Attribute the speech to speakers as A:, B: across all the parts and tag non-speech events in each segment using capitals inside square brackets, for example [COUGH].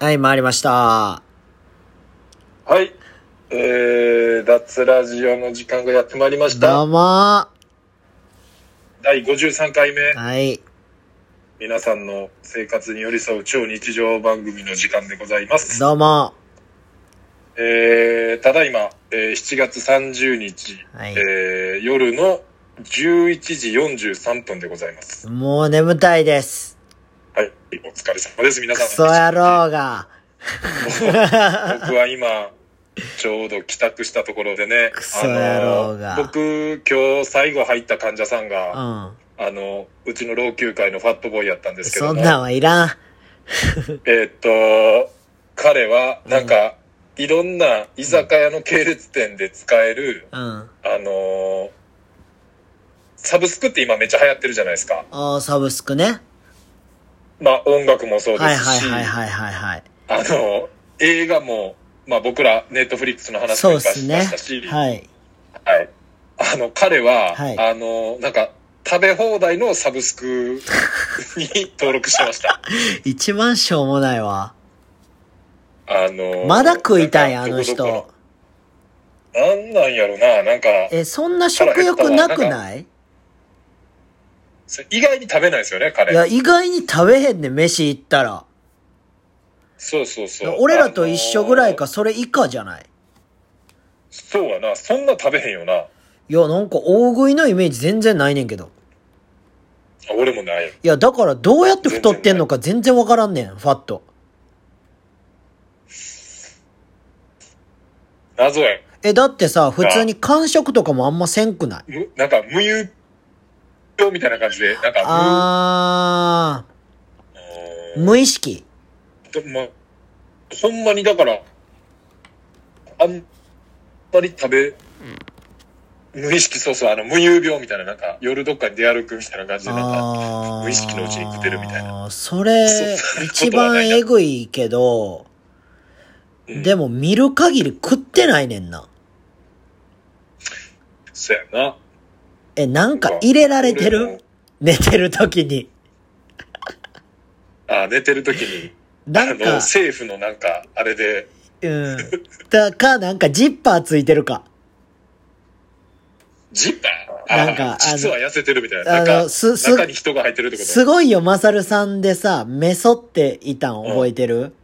A: はい、回りました。
B: はい。えー、脱ラジオの時間がやってまいりまし
A: どう
B: た。
A: もー
B: 第53回目、
A: はい。
B: 皆さんの生活に寄り添う超日常番組の時間でございます。
A: どうも
B: えー、ただいま、えー7月30日、
A: はい。
B: えー、夜の11時43分でございます。
A: もう眠たいです。
B: はい。お疲れ様です、皆
A: ク
B: さ
A: ソ
B: ん。
A: 野郎が。
B: 僕は今、ちょうど帰宅したところでね。
A: クソ野郎が
B: あの僕、今日最後入った患者さん
A: うん。
B: が、あの、うちの老朽会のファットボーイやったんですけ
A: そ
B: ど
A: ん
B: も、
A: なんはいらん。
B: えーっと、彼は、なんか、いろんな居酒屋の系列店で使える、
A: うん。
B: あのーサブスクって今めっちゃ流行ってるじゃないですか。
A: あーサブスクね。
B: まあ音楽もそうで
A: はい
B: す
A: はい
B: し、
A: はいはいはいはい。
B: あのー映画も、まあ僕らネットフリックスの話
A: そう
B: も
A: っ
B: いっぱい
A: す
B: し
A: ね
B: ましたし、。
A: はい。
B: はい。あの、彼は、
A: はい
B: あのーなんか、食べ放題のサブスクに登録してました。
A: 一番しょうもないわ。
B: あのー
A: まだ食いたい、
B: な
A: あ
B: んか
A: の
B: どこどこ
A: 人。
B: なんなんやろな、なんか、
A: え、そんな食欲なくない
B: それ意外に食べないですよね、
A: い
B: 彼。
A: や、意外に食べへんね、飯行ったら。
B: そうそうそう。
A: 俺らと一緒ぐらいか、
B: あのー。
A: それ以下じゃない
B: そうやな、そんな食べへんよな。
A: いや、なんか大食いのイメージ全然ないねんけど。
B: あ俺もない。
A: いや、だからどうやって太ってんのか全然わからんねん、ファット。
B: 謎や。
A: え、だってさ、普通に間食とかもあんませんくない
B: むなんか、無遊病みたいな感じで、なんか、
A: あ
B: う
A: ー、
B: ーん
A: 無意識。
B: でもまあほんまにだから、あんまり食べ、無意識、そうそう、あの、無遊病みたいな、なんか、夜どっかに出歩くみたいな感じで、なんか、
A: あー
B: 無意識のうちに食ってるみたい
A: な。それ
B: そ、う
A: 一番えぐいけど、
B: うん
A: でも見る限り食ってないねんな。
B: そうやな。
A: え、なんか入れられて
B: 俺も
A: る寝てる時に。
B: あ寝てる時に、あ
A: なん
B: の、
A: か、
B: 政府のなんか、あれで、
A: うん。だか、なんかジッパーついてるか。
B: ジッパー
A: なんか
B: あ実は
A: あ
B: 痩せてるみたい
A: あ
B: な。
A: の
B: 中
A: すす
B: 中に人が入ってるってこと
A: すごいよ、マサルさんでさ、メソっていたん覚えてる、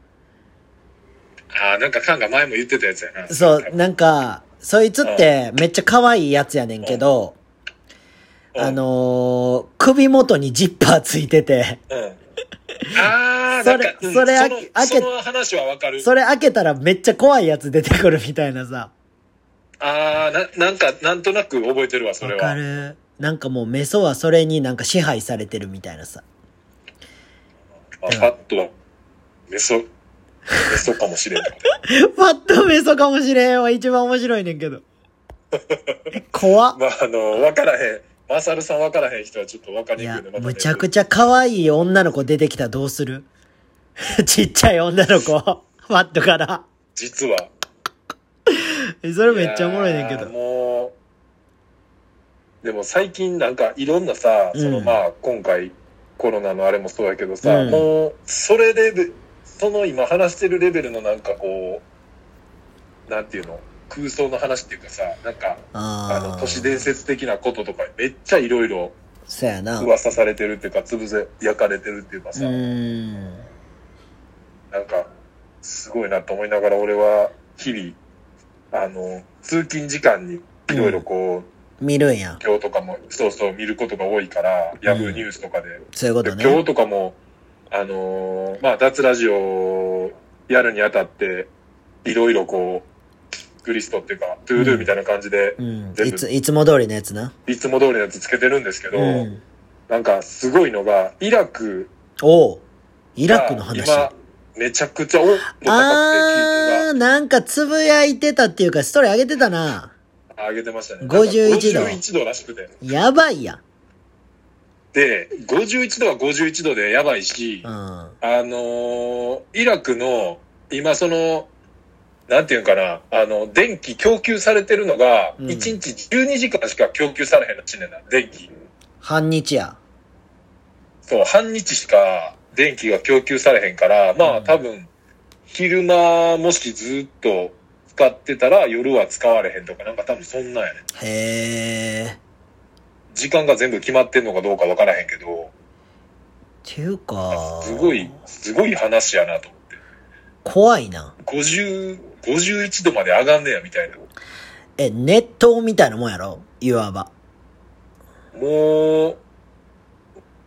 B: ああ、なんかカンが前も言ってたやつやな。
A: そう、なんか、そいつってめっちゃ可愛いやつやねんけど、
B: うん
A: あのー首元にジッパーついてて、
B: うん。ああ、なんか、
A: それそれあ
B: うんその
A: 開け
B: その話はわかる。
A: それ開けたらめっちゃ怖いやつ出てくるみたいなさ。
B: ああ、な、なんか、なんとなく覚えてるわ、それ
A: わ
B: は。
A: かるなんかもうメソはそれになんか支配されてるみたいなさ。 [LAUGHS]
B: まあ、パッとは、メソ、メソかも
A: [LAUGHS]
B: しれん。
A: パッとメソかもしれんわ。一番面白いねんけ
B: [LAUGHS]
A: ど。え怖っ。
B: まあ、あの、わからへん。マサルさんわからへん人はちょっとわか
A: い
B: りにくい
A: や
B: ので、ま、たね
A: むちゃくちゃ可愛い女の子出てきたらどうする [LAUGHS] ちっちゃい女の子。 [LAUGHS] マットから。
B: 実は。
A: え [LAUGHS] それめっちゃおもろいねんけ
B: やー
A: ど。
B: もう、でも最近なんかいろんなさ、
A: うん
B: そのまあ今回コロナのあれもそうやけどさ、
A: うん
B: もうそれレベル、その今話してるレベルのなんかこう、なんていうの、空想の話っていうかさ、なんか、あ
A: あ
B: の、
A: ー
B: 都市伝説的なこととかめっちゃいろいろ
A: そやな。う
B: 噂されてるっていうか、潰せ、焼かれてるっていうかさ、
A: ーん。
B: なんか、すごいなと思いながら俺は日々、あの、通勤時間にいろいろこう、
A: 見るんや。
B: 今日とかも、そうそう、見ることが多いから、ヤフーニュースとかで。
A: そういうこ
B: で
A: と
B: 今日
A: ね。
B: とかも、あのーまあ、脱ラジオやるにあたって、いろいろこう、クリストっていうか、トゥードゥーみたいな感じで、
A: うん。
B: 全
A: い
B: 部
A: つ、いつも通りのやつな。
B: いつも通りのやつつけてるんですけど、
A: うん。
B: なんかすごいのが、イラク
A: おう。イ
B: イ
A: ラクの話。
B: 今、めちゃくちゃ温度
A: あ
B: 高くて、
A: ー、なんかつぶやいてたっていうか、ストーリー上げてたな。
B: 気が上げてましたね。
A: 51度
B: なんか51度らしくて。
A: やばいやん。
B: で、51度は51度でやばいし、
A: うん。
B: あのーイラクの、今その、なんていうんかな、あの、電気供給されてるのが、
A: うん
B: 1日12時間しか供給されへんらしいねんな、電気。
A: 半日や。
B: そう、半日しか電気が供給されへんから、ま
A: う
B: あ
A: ん
B: 多分、昼間もしずっと使ってたら夜は使われへんとか、なんか多分そんなんやね。
A: へえ。っ
B: 時間が全部決まってんのかどうかわからへんけど、
A: ていうか、
B: すごい、すごい話やなと思って。
A: 怖いな。
B: 50、51度まで上がんねや、みたいな。
A: え、熱湯みたいなもんやろいわば。
B: もう、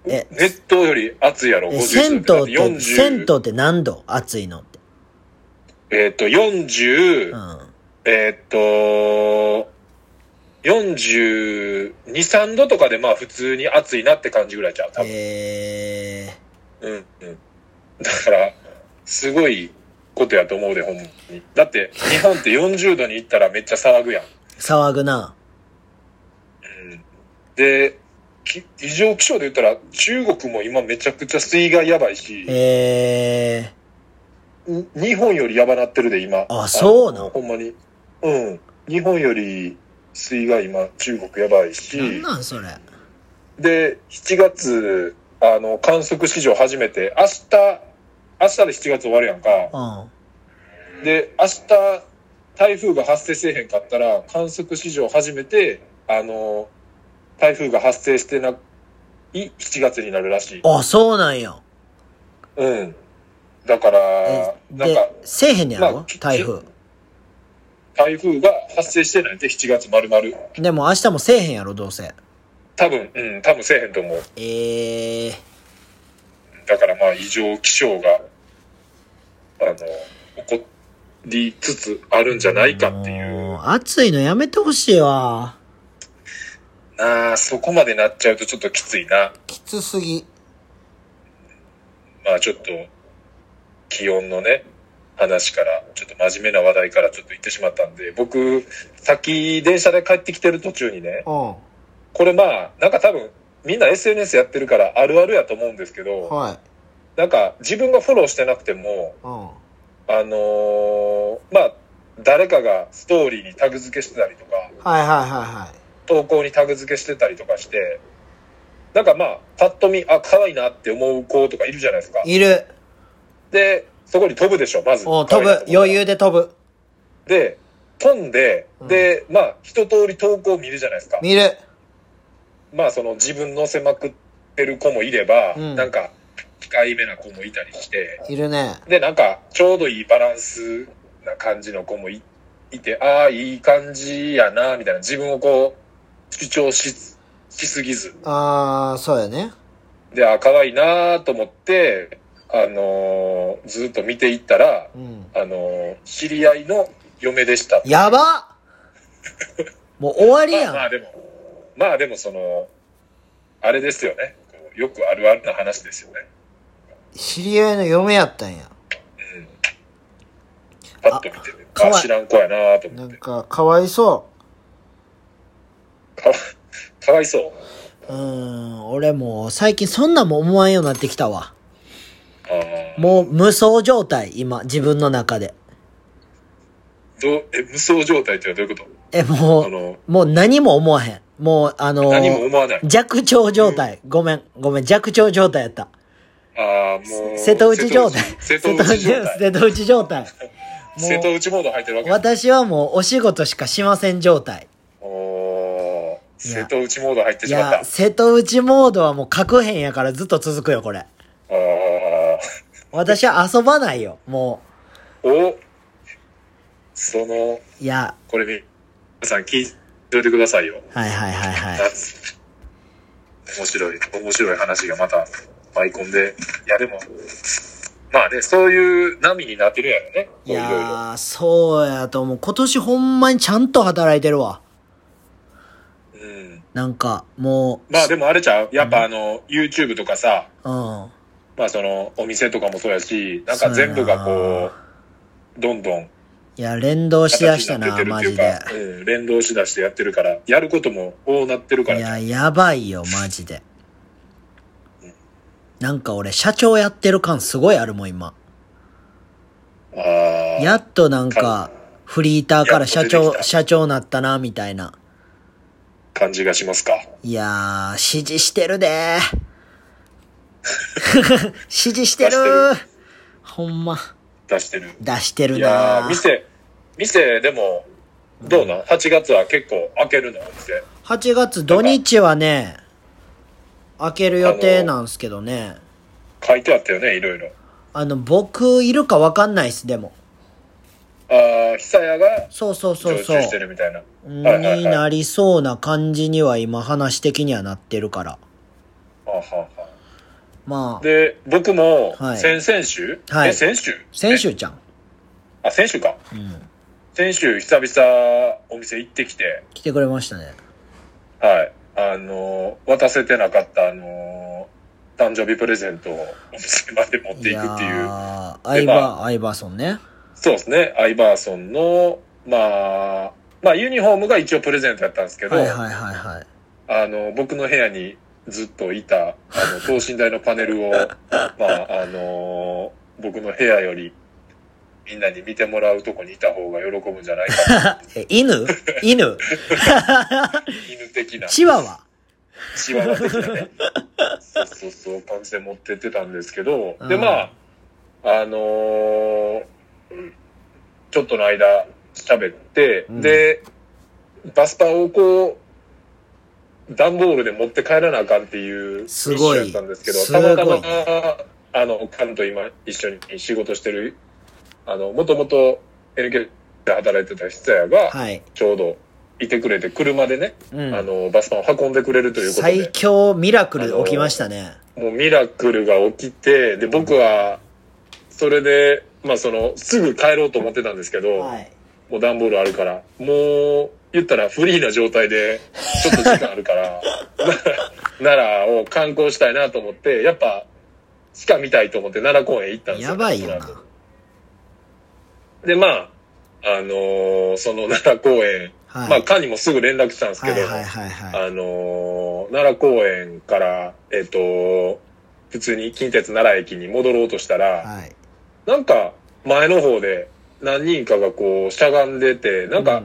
A: え
B: 熱湯より熱いやろ、
A: え、
B: 51
A: 銭
B: 度
A: 湯って、銭湯って何度熱いのって。
B: えっ、と、40、
A: うん。
B: えーっと、42、3度とかでまあ普通に暑いなって感じぐらいじゃん、多分。
A: ええ。
B: うん、うん。だから、すごいことやと思うで、ほんまに。だって、日本って40度に行ったらめっちゃ騒ぐやん。
A: 騒ぐな。
B: うん。で、き異常気象で言ったら、中国も今めちゃくちゃ水害やばいし、
A: ええ。
B: に日本よりやばなってるで、今。
A: あそうな
B: の
A: の
B: ほんまに。うん。日本より水害今、中国やばいし。
A: なんなんそれ。
B: で、7月、あの、観測史上初めて、明日、明日で7月終わるやんか。
A: うん。
B: で、明日、台風が発生せえへんかったら、観測史上初めて、あの、台風が発生してない7月になるらしい。
A: あ、そうなんや。
B: うん。だから
A: え、
B: なんか
A: で、、せえへんねや
B: まあ
A: ろ
B: き
A: 台風。
B: 台風が発生してないで、7月丸々。
A: でも明日もせえへんやろどうせ。
B: 多分、うん、多分せえへんと思う。
A: ええ。
B: だからまあ異常気象が、あの、起こりつつあるんじゃないかっていう。
A: もう暑いのやめてほしいわ。
B: なあ、そこまでなっちゃうとちょっときついな。
A: きつすぎ。
B: まあちょっと、気温のね、話から、ちょっと真面目な話題からちょっと行ってしまったんで、僕、さっき電車で帰ってきてる途中にね、
A: うん。
B: これまあ、なんか多分、みんな SNS やってるからあるあるやと思うんですけど、
A: はい。
B: なんか自分がフォローしてなくても、
A: うん。
B: あのーまあ、誰かがストーリーにタグ付けしてたりとか、
A: はいはいは
B: 投稿にタグ付けしてたりとかして、なんかまあ、パッと見、あ、可愛いなって思う子とかいるじゃないですか。
A: いはい。いる。
B: で、そこに飛ぶでしょ、まず。
A: お飛ぶ。余裕で飛ぶ。
B: で、飛んで、
A: うん
B: で、まあ、一通り投稿見るじゃないですか。
A: 見る。
B: まあ、その自分乗せまくってる子もいれば、
A: うん
B: なんか、控えめな子もいたりして、
A: いるね。
B: で、なんか、ちょうどいいバランスな感じの子もいいて、ああ、いい感じやな、みたいな、自分をこう、主張し、しすぎず。
A: あー、そうやね。
B: で、あ、可愛いなと思って、あのーずっと見ていったら、
A: うん。
B: あのー知り合いの嫁でした。
A: やばもう終わり
B: まあ
A: や
B: まあ
A: ん。
B: でも、まあでもその、あれですよね。こうよくあるあるな話ですよね。
A: 知り合いの嫁やったんや。
B: うん。パッと見てね。
A: かわ
B: あ、
A: い
B: 知らん子やなと思
A: な
B: っ
A: ん
B: て。
A: か、かわいそ
B: かわ、かわいそう。
A: う。うーん、俺もう最近そんなんも思わんようになってきたわ。
B: あー
A: もう無双状態、今、自分の中で。
B: どう、え、無双状態っていうのはどういうこ
A: え、も
B: とあ
A: う、
B: の、
A: もう何も思わへん。もう、あのー
B: 何も思わない。
A: 弱聴状態。ごめん、ごめん、弱聴状態やった。
B: ああ、もう。
A: 瀬戸内状態。
B: 瀬戸内状
A: [LAUGHS]
B: 態。
A: 瀬戸内状態。
B: 瀬戸
A: も
B: 内モード入ってるわ
A: う、
B: けです
A: 私はもうお仕事しかしません状態。
B: おー
A: いや
B: 瀬戸内モード入って
A: い
B: しまった。あ
A: や、瀬戸内モードはもう確変やからずっと続くよ、これ。
B: あ。
A: 私は遊ばないよ、も
B: おその、
A: う。いや、
B: これみ、皆さん聞いといてくださいよ。
A: はいはいはいはい。
B: 夏面白い、面白い話がまた舞い込んで、いやでも、まあね、そういう波になってるやろね。
A: い
B: [LAUGHS] こういろいろ。
A: やー、そうやと思う。今年ほんまにちゃんと働いてるわ。
B: うん。
A: なんか、もう、
B: まあでもあれちゃうやっぱあの、YouTube とかさ、
A: うん。
B: まあその、お店とかもそうやし、なんか全部がこう、どんどん、
A: いや、連動しだした
B: 形にな
A: な、
B: ってるっ
A: マ
B: てい
A: ジ
B: う
A: で
B: か。、うん、連動しだしてやってるから、やることも多なってるか
A: い
B: ら。
A: や、やばいよ、マジで。なんか俺、社長やってる感すごいあるもん、今。
B: ああ。
A: やっとなんか、フリーターから社
B: いや出て
A: 長、
B: きた
A: 社長なったな、みたいな。
B: 感じがしますか。
A: いやー、支持してるで [LAUGHS] ー。支持してる
B: [LAUGHS] 出して
A: ほんま。
B: 出してる。
A: 出してる
B: いや
A: な
B: ー、
A: ぁ
B: 店、店でも、どうなん ?8 月は結構開けるのお店。
A: 8月土日はね、開ける予定なんですけどね。
B: 書いてあったよね、いろいろ。
A: あの、僕いるかわかんないっす、でも。
B: ああ、久屋が
A: そうそうそ
B: 常
A: う
B: 駐
A: そう。
B: してるみたいな。
A: に
B: はいはいはい。は
A: なりそうな感じには今話的にはなってるから。
B: あはあは
A: ま
B: あ
A: あ、
B: で、僕も
A: はい、
B: 先々週、
A: はい
B: え、先週
A: 先週ちゃん。
B: あ、先週か。
A: うん。
B: 先週久々お店行ってきて、
A: 来てくれましたね。
B: はい。あのー、渡せてなかった、あのー、誕生日プレゼントをお店まで持っていくっていう。
A: ーアイバー、アイバーソンね。
B: そうですね。アイバーソンの、まあ、まあ、ユニフォームが一応プレゼントやったんですけど、
A: はいはいはいはい。
B: あの、僕の部屋にずっといた、あの、等身大のパネルを、まあ、あの僕の部屋より、みんなに見てもらうとこにいた方が喜ぶんじゃないかな。
A: え、犬犬
B: 犬的
A: [LAUGHS]
B: な、
A: チワワ
B: チワワ的なね。そうそうそう、感じで持ってってたんですけど、
A: うん
B: で、まあ、あのーうんちょっとの間喋って、
A: うん
B: で、バスパをこう、段ボールで持って帰らなあかんっていうミッシ
A: す
B: ョ
A: ご
B: ン
A: い
B: やったんですけど、
A: すご
B: た
A: い
B: またま、あの、カンと今一緒に仕事してる、あの、もともと NK で働いてた室屋が、
A: はい。
B: ちょうどいてくれて、車でね、
A: うん。
B: あの、バスパンを運んでくれるということで
A: 最。強ミラクル起きましたね。
B: もうミラクルが起きて、で、僕は、それで、まあその、すぐ帰ろうと思ってたんですけど、
A: はい。
B: もう段ボールあるから、もう、言ったらフリーな状態で、ちょっと時間あるから、 [LAUGHS] 奈良を観光したいなと思って、やっぱ、鹿見たいと思って奈良公園行ったんですよ。
A: やばいよな
B: その後。で、まあ、あのーその奈良公園、
A: はい。
B: まあ、かにもすぐ連絡したんです
A: は
B: け
A: い
B: ど、
A: はいはいはい。
B: あのー奈良公園から、えっ、と、普通に近鉄奈良駅に戻ろうとしたら、
A: はい。
B: なんか前の方で何人かがこうしゃがんでて、なん
A: う
B: か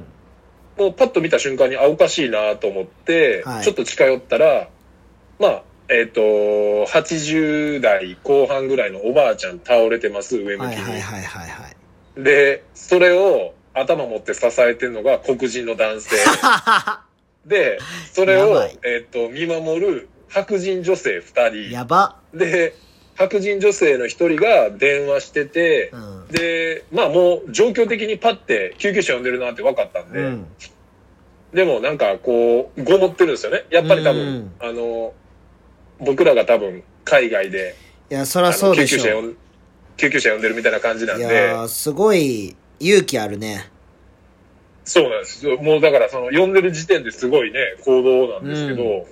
B: もうパッと見た瞬間に、あ、おかしいなと思って、
A: はい
B: ちょっと近寄ったら、まあ、えっ、と、80代後半ぐらいのおばあちゃん倒れてます、上向き
A: はい
B: に。
A: はいはいはいはい。
B: で、それを頭持って支えてるのが黒人の男性。で、それ
A: や
B: を
A: ばい、
B: えっ、と、見守る白人女性二
A: やば。
B: 人。で、白人女性の一人が電話してて
A: う、ん。
B: で、まあもう状況的にパッて救急車呼んでるなって分かったんで、
A: うん。
B: でもなんかこう、ごもってるんですよね。やっぱり多分、
A: うん
B: あの、僕らが多分海外で、
A: いや、そ
B: あ
A: ら
B: の
A: そうで
B: 救
A: し
B: 急車
A: ょ
B: 呼。ん、救急車呼んでるみたいな感じなん
A: い
B: で
A: や、ー、すごい勇気あるね。
B: そうなんですよ。もうだからその呼んでる時点ですごいね、行動なんですけど、
A: う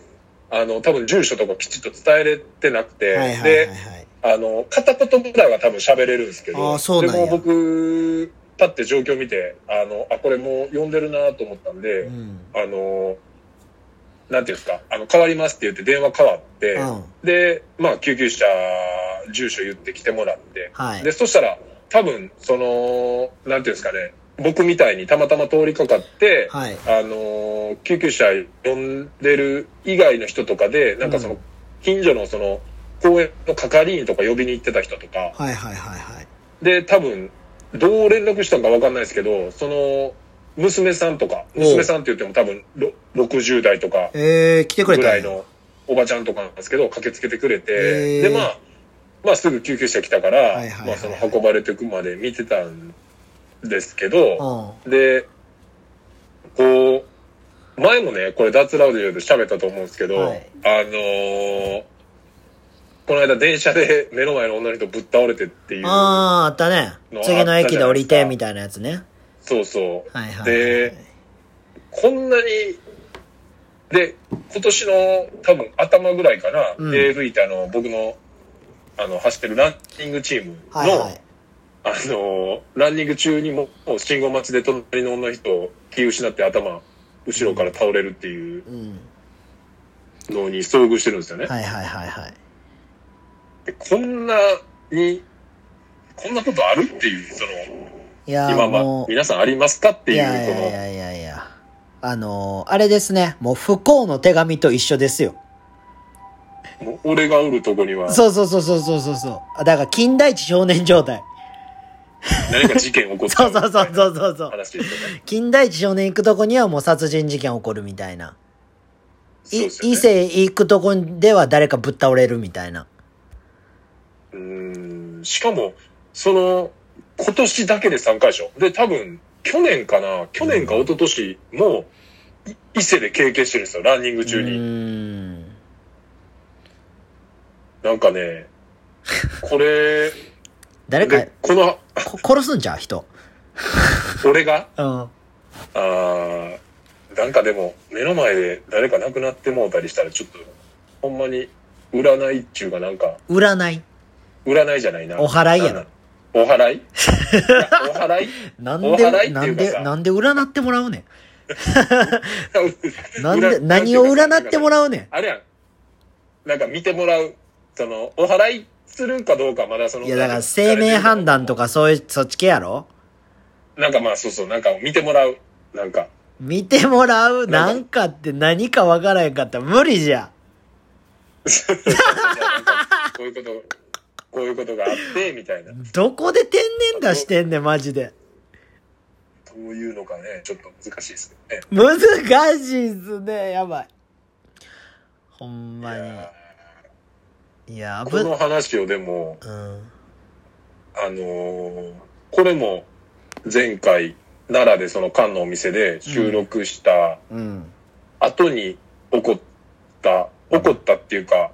B: あの、多分住所とかきちっと伝えれてなくて、
A: はいはいはい
B: で
A: は、い。
B: あの、片言ぐらいは多分喋れるんですけど、
A: あーそうなんや
B: でもう僕、パッて状況見て、あの、あ、これもう呼んでるなと思ったんで、
A: うん。
B: あの、なんていうんですか、あの、変わりますって言って電話変わって、
A: うん。
B: で、まあ、救急車、住所言って来てもらって、
A: はい。
B: で、そしたら、多分、その、なんていうんですかね、僕みたいにたまたま通りかかって、
A: はい。
B: あのー救急車呼んでる以外の人とかで、なんかそうの
A: ん、
B: 近所のその、公園の係員とか呼びに行ってた人とか、
A: はいはいはいはい。
B: で、多分、どう連絡したんかわかんないですけど、その、娘さんとか、
A: おう
B: 娘さんって言っても多分、ろ60代とか
A: えー、来てくれ
B: ぐ
A: たん
B: ら
A: や
B: いのおばちゃんとかなんですけど、駆けつけてくれ
A: へ
B: て、
A: ー
B: で、まあ、まあすぐ救急車来たから、
A: いはいはい
B: まあその運ばれてくまで見てたんですけど、
A: うん。
B: で、こう、前もね、これ脱ラウで喋ったと思うんですけど、
A: はい
B: あのーこの間電車で目の前の女の人ぶっ倒れてっていう、
A: あー、あったね
B: の。
A: 次の駅で降り
B: あったじ
A: て、
B: ゃないですか
A: みたいなやつね。
B: そうそう、
A: はいはいはい。
B: でこんなに、で、今年の多分頭ぐらいかな、
A: うん
B: で、吹いたあの、僕の、あの、走ってるランニングチームの、
A: はいはい。
B: あのーランニング中にも、もう信号待ちで隣の女の人を気を失って頭、後ろから倒れるっていう
A: うん。
B: のに遭遇してるんですよね。
A: はいはいはいはい。
B: でこんなに、こんなことあるっていう、その、
A: いや
B: 今
A: ー、
B: ま
A: も
B: あ、
A: う、
B: 皆さんありますかって
A: い
B: い、
A: やいうやい
B: この、
A: やいやいや。あのー、あれですね。もう不幸の手紙と一緒ですよ。
B: もう俺がおるとこには、 [LAUGHS]
A: そうそうそうそうそうそうそう。だから、金田一少年状態。
B: 何か事件起こった
A: そうそうそうそうそうそう。
B: 話ですよね。
A: 金田一少年行くとこにはもう殺人事件起こるみたいな。
B: そう
A: い
B: ですよね
A: 伊勢行くとこでは誰かぶっ倒れるみたいな。
B: うーんしかも、その、今年だけで3回でしょ。で、多分、去年かな、去年か一昨年も、い伊勢で経験してるんですよ、ランニング中
A: う
B: に。
A: ーん。
B: なんかね、これ、
A: [LAUGHS] 誰か
B: で、この、
A: こ殺すんじゃう
B: [LAUGHS]
A: 人。
B: 俺が、
A: うん。
B: あーなんかでも、目の前で誰か亡くなってもうたりしたら、ちょっと、ほんまに、占いっちゅうかなんか、
A: 占い。
B: 占いじゃないな。
A: お祓いやろ
B: なんなん。お祓い [LAUGHS] いやお祓い
A: なん
B: お
A: で、
B: 祓いって
A: ない
B: うんか
A: で、
B: さ
A: なんで占ってもらうねん。なん
B: 占
A: で、何を占ってもらうね
B: あれやん。なんか見てもらう。その、お払いするかどうかまだそ
A: ん。
B: の。
A: いや、だから生命判断と
B: か。
A: かそういう、そっち系やろ
B: なんかまあそうそう、なんか見てもらう。な
A: [LAUGHS]
B: んか。
A: 見てもらう、
B: な
A: な
B: んか
A: んかって何かわからへんかったら無理じゃん。
B: なんかこういうこと、こういうことがあって、みたいな。ど
A: どこで天然出してんねん、マジで。
B: ういうのかね、ちょっと難しいですけどね。
A: 難しいっすね、やばい。ほんま
B: いや
A: に。いや、
B: ー
A: ぶ
B: こ、の話をでも、
A: うん。
B: あのーこれも前回、奈良でその館のお店で収録した
A: うん。
B: 後に起こった、起こったっていうか、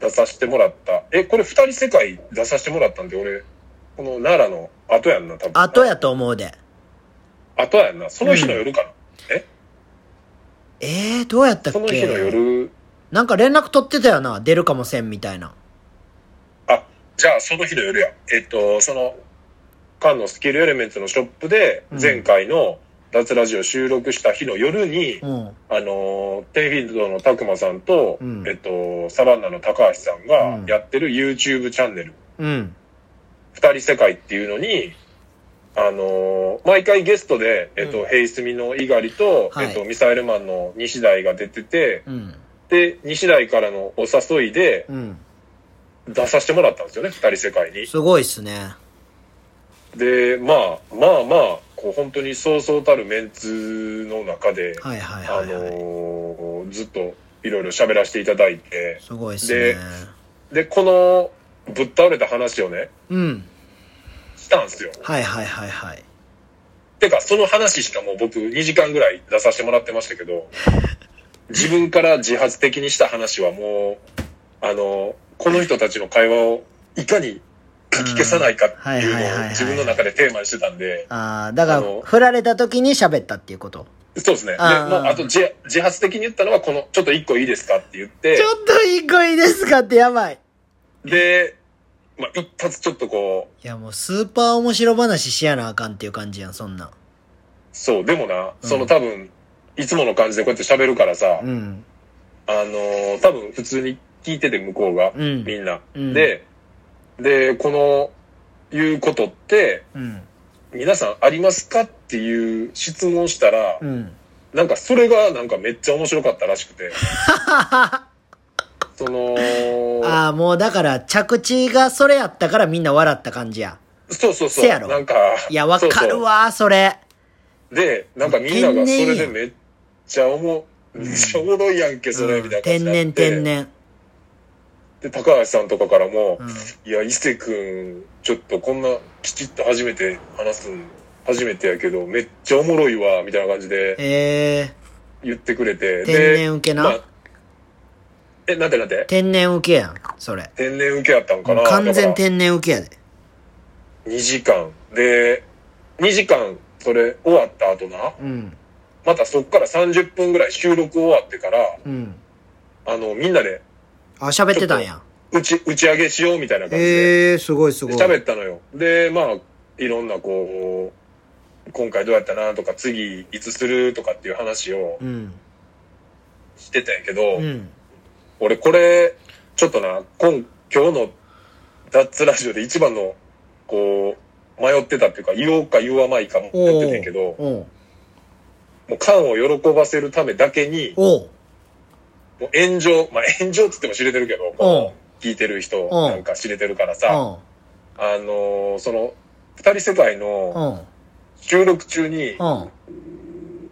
B: 出させてもらった。え、これ二人世界出させてもらったんで、俺、この奈良の後やんな、多分。
A: 後や。と思うで。
B: 後やんな。その日の夜かな。
A: えー、どうやったっ
B: その日の
A: け
B: 夜、
A: なんか連絡取ってたよな、出るかもせんみたいな。
B: じゃあその日の夜や。えっと、その、缶のスキルエレメンツのショップで、
A: うん
B: 前回の脱ラジオ収録した日の夜に、
A: うん。
B: あのー、テイフィールドのたくまさんと、
A: うん
B: えっと、サバンナの高橋さん
A: う
B: が
A: ん
B: やってる YouTube チャンネル。
A: うん。
B: 二人世界っていうのに、あのー毎回ゲストで、えっと、
A: うん
B: ヘイスミの猪狩と、
A: はい
B: えっと、ミサイルマンの西大が出てて、
A: うん。
B: で、西大からのお誘いで
A: うん。
B: 出させてもらったんですよね、二人世界に。
A: すごいっすね。
B: で、まあ、まあまあ、こう、本当にそうそうたるメンツの中で、
A: はいはい
B: あ
A: はい、はい。
B: のーずっといろいろ喋らせていただいて、
A: すごいっすね
B: で。で、このぶっ倒れた話をね、
A: うん。
B: したんですよ。
A: はいはいはいはい。
B: てか、その話しかもう僕2時間ぐらい出させてもらってました
A: [LAUGHS]
B: けど、自分から自発的にした話はもう、あの、この人たちの会話をいかに書き消さないかっていう
A: うんはいはいはい
B: の
A: は
B: を
A: い
B: 自分の中でテーマにしてたんで、
A: ああ、だか
B: あ
A: ら、
B: の
A: 振られた時に喋ったっていうこと。
B: そうですね。で、もう
A: あー
B: あと自自発的に言ったのはこの、ちょっと1個いいですかって言って
A: ちょ、っといい子いいですかってやばい。
B: で、まあ、一発ちょっとこう、
A: いやもうスーパー面白話しやなあかんっていう感じやん、そんなん。
B: そう、でもな、
A: うん
B: その多分、いつもの感じでこうやって喋るからさ、
A: うん。
B: あの、多分普通に聞いてて向こうが、
A: うん。
B: みんな。
A: うん
B: で、で、この、いうことって、
A: うん。
B: 皆さんありますかっていう質問したら、
A: うん。
B: なんかそれがなんかめっちゃ面白かったらしくて、
A: [LAUGHS]
B: その、
A: ああ、もうだから着地がそれやったからみんな笑った感じや。
B: そうそうそ
A: せ
B: う、
A: やろ
B: なんか、
A: いや、わ
B: そう
A: か
B: そう
A: るわ、それ。
B: で、なんかみんながそれでめっちゃおも、
A: 天然やん
B: めっちゃおもろいやんけ、それ、
A: うん
B: みたいな感じ
A: 天
B: になって
A: 然、天。然。
B: で、高橋さんとかからも、
A: うん。
B: いや、伊勢くん、ちょっとこんなきちっと初めて話すん、初めてやけど、めっちゃおもろいわ、みたいな感じで
A: え
B: 言ってくれて。
A: ー、
B: で
A: 天然受けな。
B: まあえ、なんてなんて
A: 天然受けやん、それ。
B: 天然受けやったんか
A: も
B: な
A: う完全
B: だか
A: 天然受けやで。
B: ら2時間。で、2時間、それ終わった後な、
A: うん。
B: またそっから30分ぐらい収録終わってから、
A: うん。
B: あの、みんなで
A: あ、喋ってたんや。
B: 打ち、打ち上げしようみたいな感じで、
A: えー、すごいすご
B: で
A: い。
B: 喋ったのよ。で、まあ、いろんなこう、今回どうやったなとか、次いつするとかっていう話を
A: うん。
B: してたんやけど、
A: うん。
B: 俺これ、ちょっとな、今、今日のダッツラジオで一番の、こう、迷ってたっていうか、言おうか言わないかも
A: お
B: 言
A: う
B: ってたんやけど、も
A: おう
B: う缶を喜ばせるためだけに、
A: おう
B: もう炎上、まあ炎上っつっても知れてるけど、
A: おう
B: 聞いてる人
A: おう
B: なんか知れてるからさ、
A: おう
B: あのーその、二人世界
A: う
B: の
A: ん。
B: 収録中に
A: うん。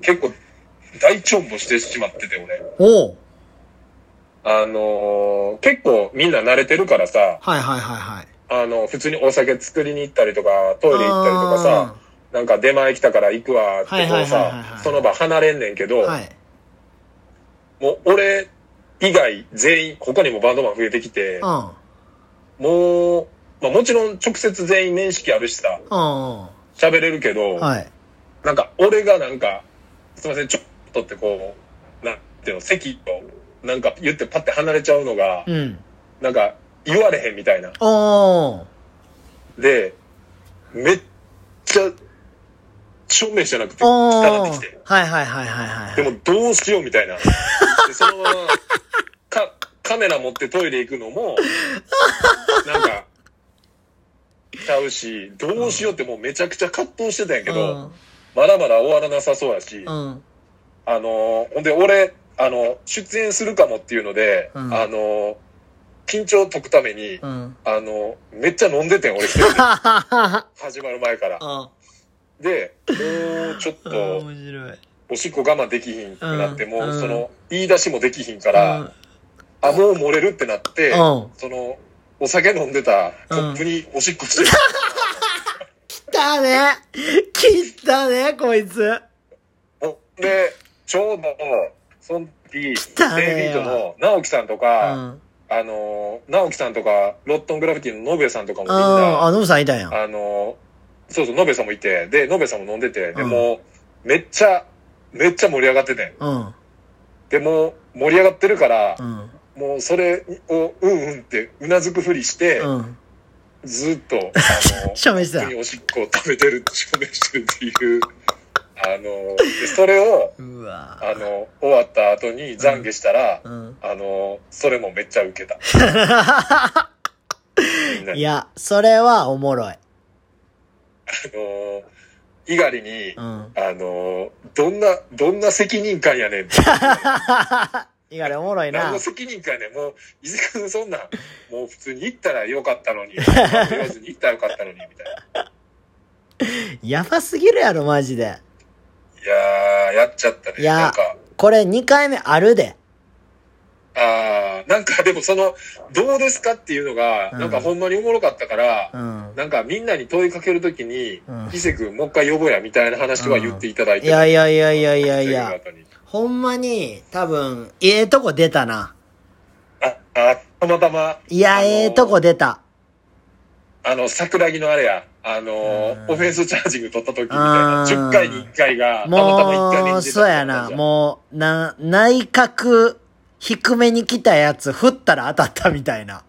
B: 結構大チョンボしてしまってて、俺。
A: おう
B: あのー結構みんな慣れてるからさ、
A: はいはいはいはい。
B: あの、普通にお酒作りに行ったりとか、トイレ行ったりとかさ、
A: あ
B: なんか出前来たから行くわってこう
A: はいはいはいはいは
B: さ
A: い、
B: その場離れんねんけど、
A: ーはい。
B: もう俺以外全員、他にもバンドマン増えてきて
A: う、ん。
B: もう、まあもちろん直接全員面識あるしさ、
A: うんうん。
B: 喋れるけど、
A: はい。
B: なんか俺がなんか、すいません、ちょっとってこう、なんていうの、席をなんか言ってパッて離れちゃうのが、
A: うん。
B: なんか言われへんみたいな。
A: おー。
B: で、めっちゃ、証明じゃなくて、
A: お
B: 汚ってき
A: ー
B: て。。
A: はいはいはいはいはい。
B: でもどうしようみたいな。で、そのまま、か、カメラ持ってトイレ行くのも、なんか、ちゃうし、どうしようってもうめちゃくちゃ葛藤してたんやけど、まだまだ終わらなさそうやし、
A: うん。うん。
B: あのーほんで俺、あの、出演するかもっていうので、
A: うん
B: あの、緊張を解くために、
A: うん。
B: あの、めっちゃ飲んでてん、俺一人で。
A: はははは。
B: 始まる前から。
A: あ
B: で、もうちょっ
A: あ、
B: と、
A: 面白い。
B: おしっこ我慢できひんくなって、
A: うん
B: もう
A: うん
B: その、言い出しもできひんから、あ、もう漏れるってなって、
A: うん。うん。
B: その、お酒飲んでたコップにおしっ
A: [LAUGHS]
B: こしてる。
A: 来たね来たねこいつ
B: ほんで、ちょうど、その時、
A: たねー
B: デイビートの直樹さんと
A: う
B: か、
A: ん。
B: あのー、直樹さんとか、ロットングラフィティのノベさんとかもみん
A: あ
B: な、
A: あ、
B: あ
A: ノブさんいたやん。
B: のー、そうそう、ノベさんもいて、で、ノベさんも飲んでて、で
A: うん
B: もう、めっちゃ、めっちゃ盛り上がっててん。
A: うん。
B: でもう、盛り上がってるから
A: う、ん。
B: もうそれを、うんうんって、うなずくふりして、
A: うん。
B: ずっと、
A: [LAUGHS]
B: あのー、
A: 喋ってた
B: 普通におしっこを食べてる、証明してるっていう、あのー、でそれを、
A: う
B: あ
A: わ
B: のー、終わった後に懺悔したら、
A: うん。
B: あのー、それもめっちゃウケた。みんなに
A: いや、それはおもろい。
B: あのー、猪狩に、
A: う
B: あ
A: ん。
B: のー、どんな、どんな責任感やねんって。
A: いや、あれおもろい
B: 何
A: な
B: の。責任感やねん。もう、伊勢くんそんなん、もう普通に行ったらよかったの
A: [LAUGHS]
B: に、言わずに行ったらよかったのに、みたいな。
A: やばすぎるやろ、マジで。
B: いやー、やっちゃった
A: い
B: ね。
A: や
B: なんか、
A: これ2回目あるで。
B: あー、なんかでもその、どうですかっていうのが、
A: うん
B: なんかほんまにおもろかったから
A: う、ん。
B: なんかみんなに問いかけるときに
A: うん、
B: 伊勢くんもう一回呼ぼうや、みたいな話は言っていただい
A: い
B: て。
A: やいやいやいやいやいや
B: イ。ベントの後に
A: ほんまに、多分、ええとこ出たな。
B: あ、あ、たまたま。
A: いや、
B: あのー
A: ええとこ出た。
B: あの、桜木のあれや、あの
A: う
B: ー、
A: ん
B: オフェンスチャージング取った時みたいな、
A: うん
B: 10回に1回が、たまたま1回目
A: もう、
B: に出た
A: そうやな。
B: う。
A: もう、な、内角、低めに来たやつ、振ったら当たったみたいな。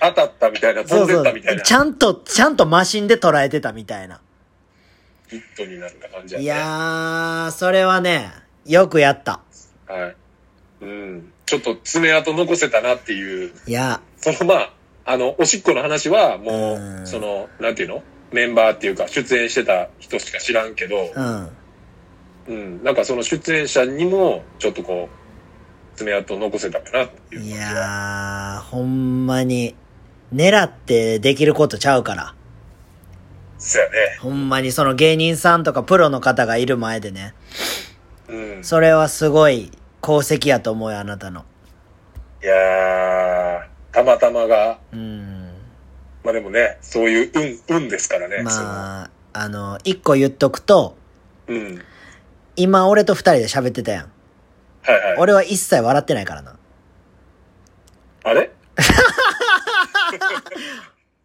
B: 当たったみたいな、飛
A: そ
B: ん
A: う
B: で
A: そ。
B: ったみたいうな。
A: ちゃんと、ちゃんとマシンで捉えてたみたいな。
B: ヒットになった感じや、ね。
A: いやー、それはね、よくやった。
B: はい。うん。ちょっと爪痕残せたなっていう、
A: いや、
B: そのまあ、あの、おしっこの話は、も
A: う
B: う、
A: ん
B: その、なんていうのメンバーっていうか、出演してた人しか知らんけど、
A: うん。
B: うん。なんかその出演者にも、ちょっとこう、爪痕残せたかなっていう。
A: いやー、ほんまに、狙ってできることちゃうから。
B: そうやね。
A: ほんまにその芸人さんとかプロの方がいる前でね。
B: うん。
A: それはすごい功績やと思うよ、あなたの。
B: いやー、たまたまが、
A: うん。
B: まあでもね、そういう運、運ですからね。
A: まあ、あの、一個言っとくと、
B: そのうん。はい
A: 今俺と二人で喋ってたやん。
B: はい。
A: 俺は一切笑ってないからな。
B: あれ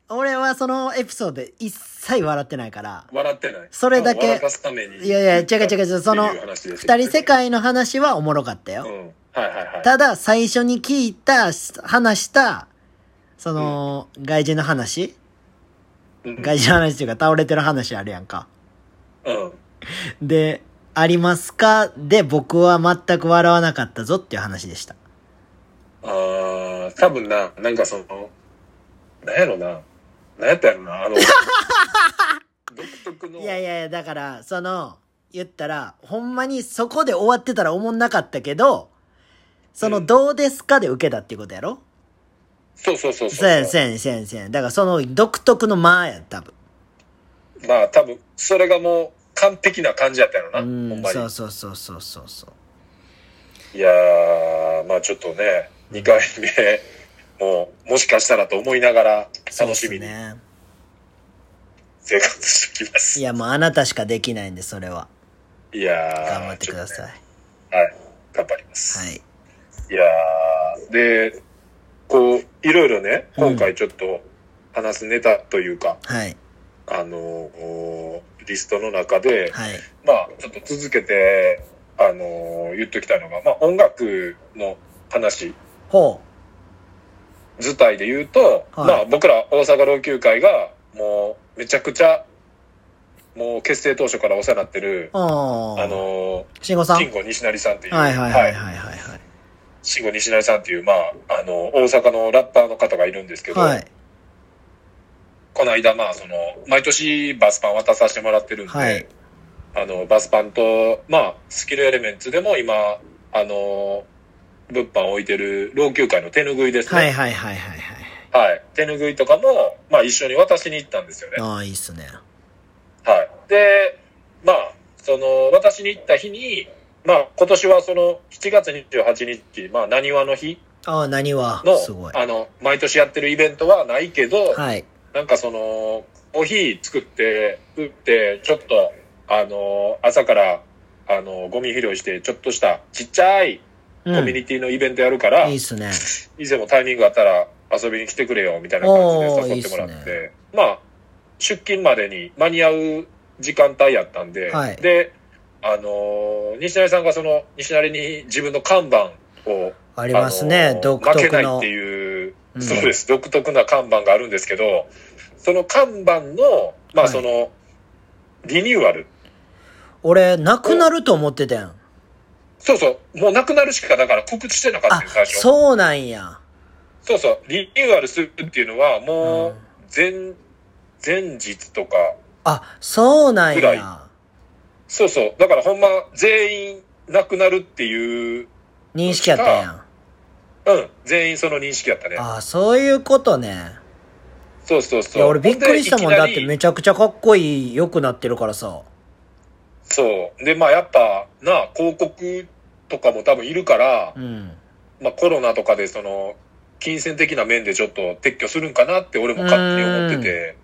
A: 俺はそのエピソードで一切笑ってないから、
B: 笑ってない。
A: それだけ
B: 笑かすために。
A: いやいや違う違う違うその
B: っていう話です
A: 二人世。界の話はおもろかった
B: うん。
A: よ。
B: はいはいはい。
A: ただ、最初に聞いた、話した、その、外人の話
B: うん。
A: 外人の話っていうか倒れてる話あるやんか。
B: うん。
A: で、ありますかで、僕は全く笑わなかったぞっていう話でした。
B: あー、多分な、なんかその、なんやろな。なんやったやろな、
A: [LAUGHS]
B: あの、独特の。
A: いやいやいや、だから、その、言ったら、ほんまにそこで終わってたら思んなかったけど、その、
B: うん
A: どうですかで受けたっていうことやろ
B: そうそうそうそう。
A: せんせんせんせん。だからその独特の間や、多分。
B: まあ多分、それがもう完璧な感じやったよな、
A: う
B: ほん
A: ん
B: ま
A: そ
B: に
A: う。そうそうそうそうそう
B: いやー、まあちょっとね、2回目、もう、もしかしたらと思いながら、
A: そうっ
B: 楽
A: す
B: しみに
A: ね
B: 生活してきます。
A: いやもうあなたしかできないんでそれはい
B: やー、
A: 頑張ってくだ
B: ちょ
A: さい、
B: とねはい、頑張ります。
A: はい
B: いやーで、こう、いろいろね、今回ちょっと話すネタというか、
A: はい
B: あのーこうリストの中で、
A: はい
B: まあ、ちょっと続けて、あのー言っときたいのが、まあ、音楽の話、
A: ほ
B: 図体で言うと、
A: はい
B: まあ、僕ら大阪老朽会が、もう、めちゃくちゃ、もう結成当初からお世話になってる
A: う、あ
B: あの
A: 慎吾
B: ー、
A: さん
B: 慎吾西成さんっていう、
A: はいはいはいはいはい
B: 慎吾西成さんっていう、まあ、あの、大阪のラッパーの方がいるんですけど、
A: はい
B: この間、まあ、その、毎年バスパン渡させてもらってるんで、
A: はい
B: あの、バスパンと、まあ、スキルエレメンツでも今、あの、物販を置いてる老朽会の手拭いです
A: はい
B: ね。
A: はいはいはいはいはい
B: はい。手拭いとかも、まあ、一緒に渡しに行ったんですよね。
A: ああいいっすね
B: はい。で、まあ、その、渡しに行った日に、まあ、今年はその、7月28日、まあ、なにわの日
A: ああ何は
B: の
A: すごい、
B: あの、毎年やってるイベントはないけど、
A: はい
B: なんかその、コーヒー作って、打って、ちょっと、あの、朝から、あの、ゴミ拾いして、ちょっとしたちっちゃい
A: う
B: コミ
A: ん
B: ュ
A: い
B: ニティのイベントやるから、
A: いっすね
B: 以前もタイミングあったら遊びに来てくれよ、みたいな感じで誘ってもらって、
A: おーいいっすね
B: まあ、出勤までに間に合う時間帯やったんで、
A: はい
B: で、あの、西成さんがその、西成に自分の看板を、
A: ありますね、
B: あの
A: 独
B: 負け
A: 特
B: ないっ
A: の
B: ていう、
A: うん
B: そうです、独特な看板があるんですけど、その看板の、ま
A: は
B: あ
A: い
B: その、リニューアル。
A: 俺なくなると思ってたやん
B: そうそう、もうなくなるしかだから告知してなかったん
A: あ
B: です、最初。そう
A: そうなんや
B: そうリニューアルするっていうのは、
A: う
B: も
A: ん
B: う、前、前日とか、
A: あそうなん
B: ぐらい
A: や
B: そうそう、だからほんま、全員なくなるっていう、
A: 認識やったやん
B: うん、全員その認識やったね。
A: あそういうことね
B: そうそう
A: い
B: そう。
A: や俺びっくりしたもん
B: ほで
A: だ
B: いきな
A: っ
B: り
A: てめちゃくちゃかっこいい良くなってるからさ
B: そう。で、まあやっぱ、な、広告とかも多分いるから
A: う、ん
B: まあコロナとかでその、金銭的な面でちょっと撤去するんかなって俺も勝手に思ってて。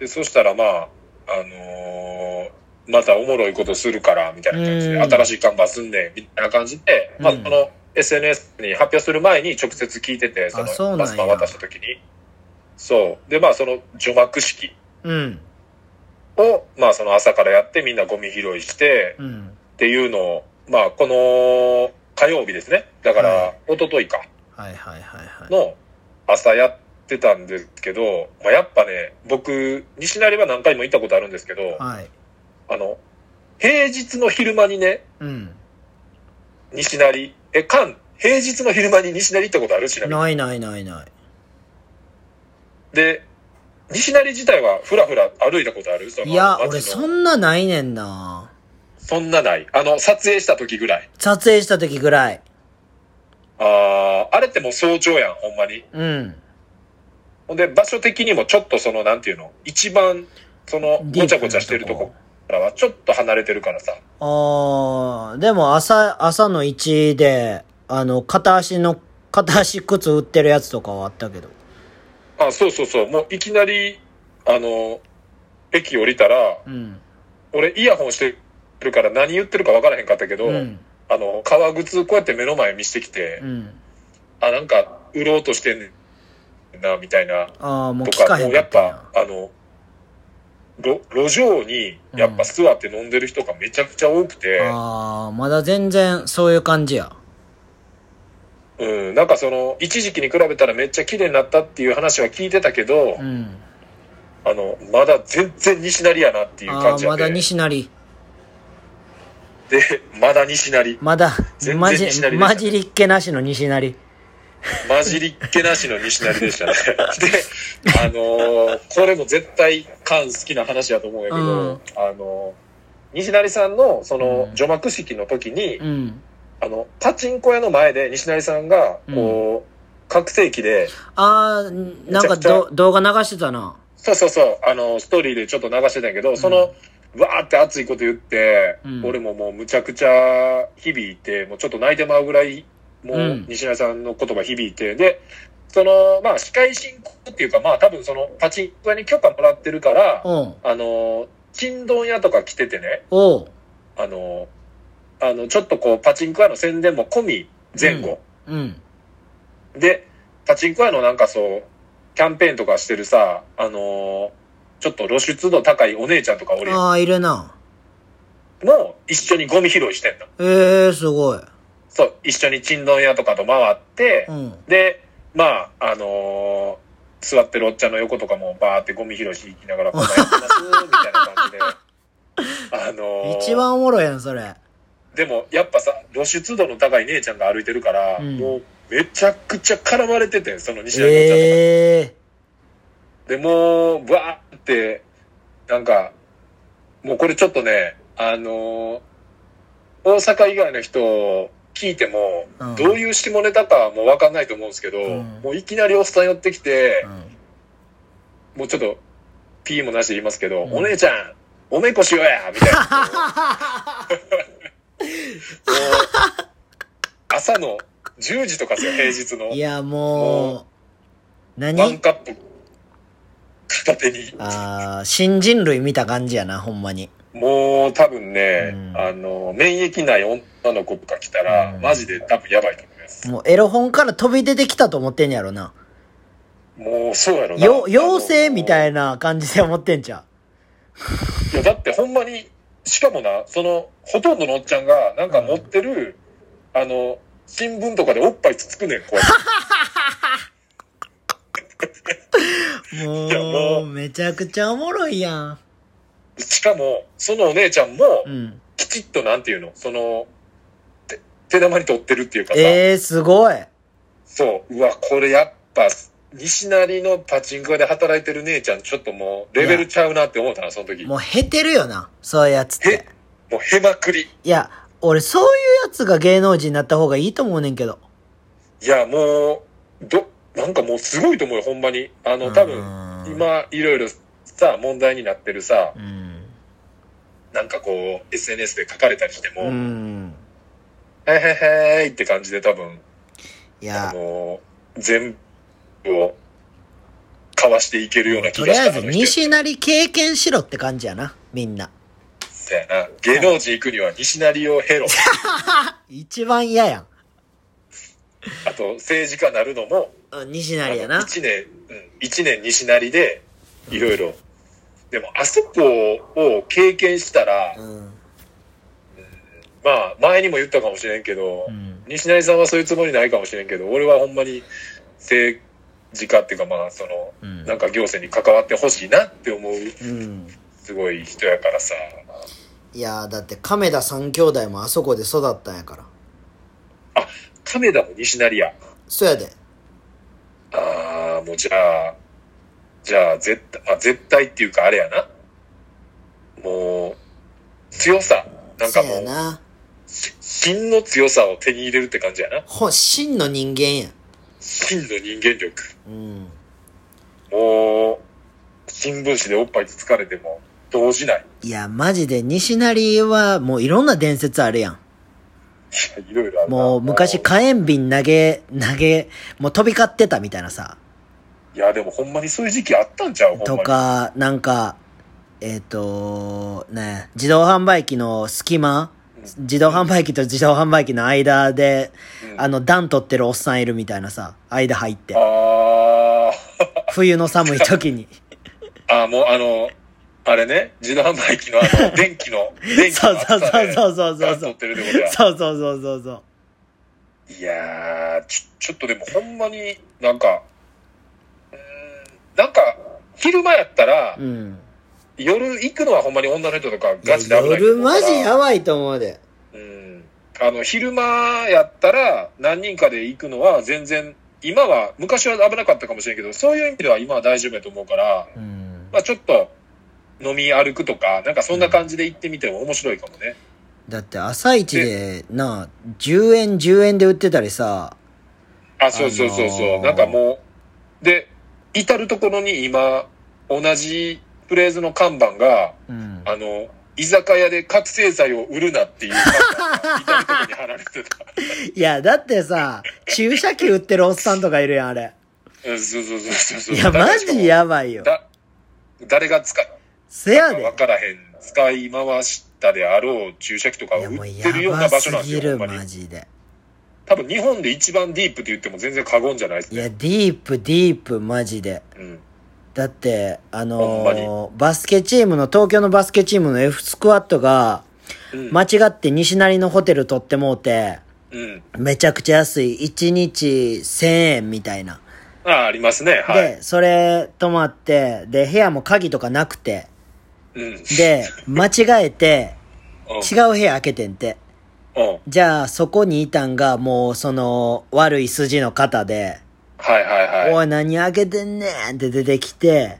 B: で、そしたらまあ、あのーまたおもろいことするから、みたいな感じで、
A: うん
B: 新しい看板すんねん、みたいな感じで、まあ
A: う
B: そ
A: ん
B: の、SNS に発表する前に直接聞いてて、そ
A: あそうなん
B: の、
A: や
B: バスパン渡した時に。そう。で、まあその、除幕式
A: うん
B: を、まあその朝からやってみんなゴミ拾いして、
A: うん
B: っていうのを、まあ、この火曜日ですね。だか
A: は
B: ら、一昨日か、
A: はいはいはいはい
B: の朝やってたんですけど、まあ、やっぱね、僕、西成は何回も行ったことあるんですけど、
A: はい
B: あの、平日の昼間にね、
A: うん
B: 西成、え、関、平日の昼間に西成行ったことあるちなみに。
A: ないないないない
B: で、西成自体はふらふら歩いたことあるその
A: いや
B: 街の
A: 俺そんなないねんな
B: そんなない。あの、撮影した時ぐらい。
A: 撮影した時ぐらい
B: ああ、あれってもう早朝やん、ほんまに。
A: うん
B: ほんで、場所的にもちょっとその、なんていうの、一番、その、ごちゃごちゃしてるとこからはちょっと離れてるからさ。
A: ああ、でも朝、朝の1で、あの、片足の、片足靴売ってるやつとかはあったけど。
B: あ、そうそうそう、もういきなり、あの、駅降りたら、
A: うん。
B: 俺イヤホンしてるから何言ってるかわからへんかったけど、
A: うん。
B: あの、革靴こうやって目の前見してきて、
A: うん。
B: あ、なんか、売ろうとしてんねんな、みたいな、
A: ああ、もう
B: と
A: 聞
B: か、
A: かへ
B: もうん
A: か
B: や
A: っ
B: った
A: な、。
B: ぱあの、路路上に、やっぱ座って飲んでる人がめちゃくちゃ多くて、
A: ああ、まだ全然そういう感じや。
B: うん、なんかその、一時期に比べたらめっちゃ綺麗になったっていう話は聞いてたけど、
A: うん。
B: あの、まだ全然西成やなっていう
A: あ
B: 感
A: あ、
B: じや
A: ま
B: で、
A: だ西成。
B: で、まだ西成。
A: まだ、
B: 全然
A: まじ
B: 西成でした、ね
A: まじりっけなしの西成。
B: 混じりっけなしの西成でしたね。 [LAUGHS] で、あのーこれも絶対感好きな話やと思うんやけど、
A: うん
B: あのー西成さんの、その
A: うん、
B: 除幕式の時に、
A: うん。
B: あの、パチンコ屋の前で西成さんが、こう、拡声器で、
A: ああ、なんか
B: めちゃくちゃ
A: ど動画流してたな。
B: そうそうそう、あの、ストーリーでちょっと流してたんやけど、その、わーって熱いこと言って、
A: うん
B: 俺ももうむちゃくちゃ響いて、もうちょっと泣いてまうぐらい、も
A: う
B: うん西成さんの言葉響いて、で、その、まあ、司会進行っていうか、まあ、多分その、パチンコ屋に許可もらってるから、
A: おう
B: あの、チンドン屋とか来ててね、
A: おう
B: あの、あの、ちょっとこう、パチンコ屋の宣伝も込み、前後。
A: うん。
B: で、パチンコ屋のなんかそう、キャンペーンとかしてるさ、あのーちょっと露出度高いお姉ちゃんとか俺も
A: ああ、いるな。
B: 一緒にゴミ拾いしてんの。
A: ええー、すごい。
B: そう、一緒にチンドン屋とかと回って
A: う、ん。
B: で、まあ、あのー座ってるおっちゃんの横とかもバーってゴミ拾いし行きなが
A: [LAUGHS]
B: ら、こんなんやってます、みたいな感じで。あのー
A: 一番おもろいやん、それ。
B: でもやっぱさ露出度の高い姉ちゃんが歩いてるから、
A: うん
B: もうめちゃくちゃ絡まれててその西田のおっちゃんとか
A: ええ
B: でもう、わーって、なんか、もうこれちょっとね、あのー大阪以外の人を聞いても、
A: うん
B: どういう下ネタかもうわかんないと思うんですけど、
A: うん
B: もういきなりおっさん寄ってきて
A: ー。う、ん。
B: もうちょっと、ピーもなしで言いますけど、
A: うん
B: お姉ちゃん、おめこしようやみたいな。もう [LAUGHS] 朝の10時とかですよ、平日の
A: い。や、もう、
B: ワン
A: 何
B: カップ片手に。
A: ああ、新人類見た感じやな、ほんまに。
B: もう多分ね、
A: うん
B: あの、免疫ない女の子とか来たら、
A: うん
B: マジで多分やばいと思います。
A: もうエロ本から飛び出てきたと思ってんやろな。
B: もうそうやろな。
A: よ、妖精みた
B: い
A: いな感じで思ってんじゃん。
B: な。いや、だってほんまに、しかもな、その、ほとんどのおっちゃんが、なんか持ってる、あの、新聞とかでおっぱいつつくねん、こうやって。や
A: も
B: も
A: う、
B: う
A: めちゃくちゃおもろいやん。
B: しかも、そのお姉ちゃんも
A: う、ん。
B: きちっとなんていうの、その、て手玉に取ってるっていうかさ、
A: ええー、すごい。
B: そう、うわ、これやっぱ、西成のパチンコ屋で働いてる姉ちゃん、ちょっともう、レベルちゃうなって思ったな、その時。
A: もう、へてるよな。そういうやつって
B: へ。もうへまくり。
A: いや、俺、そういうやつが芸能人になった方がいいと思うねんけど。
B: いや、もう、ど、なんかもうすごいと思うよ、ほんまに。あの、多分、
A: 分
B: 今、いろいろさ、問題になってるさ
A: う、ん。
B: なんかこう、SNS で書かれたりしても、
A: う
B: はい
A: ん。
B: はいはいって感じで多分、
A: い
B: あ
A: や、
B: の、全部を、かわしていけるような気
A: と
B: が
A: り
B: し
A: あ
B: た。
A: えず、
B: の人
A: 西成経験しろって感じやな。みんな。
B: そうやな。芸能人行くには西成をヘロ。
A: 一番嫌やん
B: あと、政治家なるのも、
A: うん。西成や
B: あの
A: な。
B: 一年、うん、一年西成で、いろいろ。でも、あそこを経験したら、
A: うん。
B: まあ、前にも言ったかもしれんけど、
A: うん。
B: 西成さんはそういうつもりないかもしれんけど、俺はほんまに政治家っていうか、まあ、その、
A: うん
B: なんか行政に関わってほしいなって思う、
A: うん。
B: すごい人やからさ。
A: いやーだって亀田三兄弟もあそこで育ったんやから
B: 亀田も西成や。
A: そやで
B: ああ、もうじゃあ、じゃあ、絶対、まあ、絶対っていうか、あれやな。もう、強さ。なん
A: そ
B: かも
A: や
B: う、
A: な
B: し真の強さを手に入れるって感じやな。
A: ほ真の人間や
B: 真の人間力。
A: うん
B: もう、新聞紙でおっぱいつつかれても動じない。 [LAUGHS]
A: いやマジで西成はもういろんな伝説あるやん
B: いやいろいろあるな
A: もう昔
B: も
A: 火炎瓶投げ投げもう飛び交ってたみたいなさ
B: ういや、でもほんまにそういう時期あったんちゃうほん
A: と
B: まに。
A: かなんかえっ、とね自動販売機の隙間
B: うん
A: 自動販売機と自動販売機の間で
B: うん
A: あの段取ってるおっさんいるみたいなさ間入って
B: あー
A: 冬の寒い時に
B: あー、もうあの、あれね、自動販売機のあ
A: [LAUGHS]
B: の、電気の、電気
A: そ
B: の
A: うそう
B: 熱さで
A: そうそうそう
B: 暖
A: そう
B: 取っ。てるってことや。
A: そうそうそうそうそう。
B: いやー、ちょ、ちょっとでもほんまになんか、うーん、なんか、昼間やったら、
A: うん。
B: 夜行くのはほんまに女の人とかガチで危ないと
A: 夜
B: 思うか
A: マ
B: ら。
A: ジやばいと思うで。
B: うん。あの、昼間やったら何人かで行くのは全然、今は、昔は危なかったかもしれんけど、そういう意味では今は大丈夫やと思うから、
A: うん。
B: まあちょっと、飲み歩くとか、なんかそんな感じで行ってみても面白いかもね。
A: だって朝一で、なあ、10円10円で売ってたりさ、
B: あ、そうそうそうそう。
A: あのー
B: なんかもう、で、至るところに今、同じフレーズの看板が、
A: うん。
B: あの、居酒屋で覚醒剤を売るなっていう看板
A: [LAUGHS]
B: が至るとこに貼られてた。
A: いや、だってさ、注射器売ってるおっさんとかいるやん、あれ。
B: うんそうそうそうそうそう。
A: いや、
B: だから
A: マ
B: しかも
A: ジやばいよ。
B: だ誰が使う
A: せや
B: か
A: で
B: わ。からへん。使い回したであろう注射器とか
A: い
B: を
A: や、もう
B: 売っ
A: や
B: てるような場
A: ば
B: 所
A: す
B: なんです
A: ぎ
B: よ、
A: る、
B: ほんま
A: マ
B: に。
A: ジで。
B: 多分日本で一番ディープって言っても全然過言じゃないです
A: い
B: ね。
A: や、ディープ、ディープ、マジで。
B: うん。
A: だって、あ
B: ほんまに
A: のーバスケチームの、東京のバスケチームの F スクワットが、
B: うん。
A: 間違って西成のホテル取ってもうて、
B: うん。
A: めちゃくちゃ安い、1日1000円みたいな。
B: ああ、ありますね。はい。
A: で、それ泊まって、で、部屋も鍵とかなくて、
B: うん。
A: で、間違えて、
B: うん
A: 違う部屋開けてんて。
B: うん。
A: じゃあ、そこにいたんが、もう、その、悪い筋の方で、
B: はいはいは
A: お
B: い。
A: い、何開けてんねんって出てきて、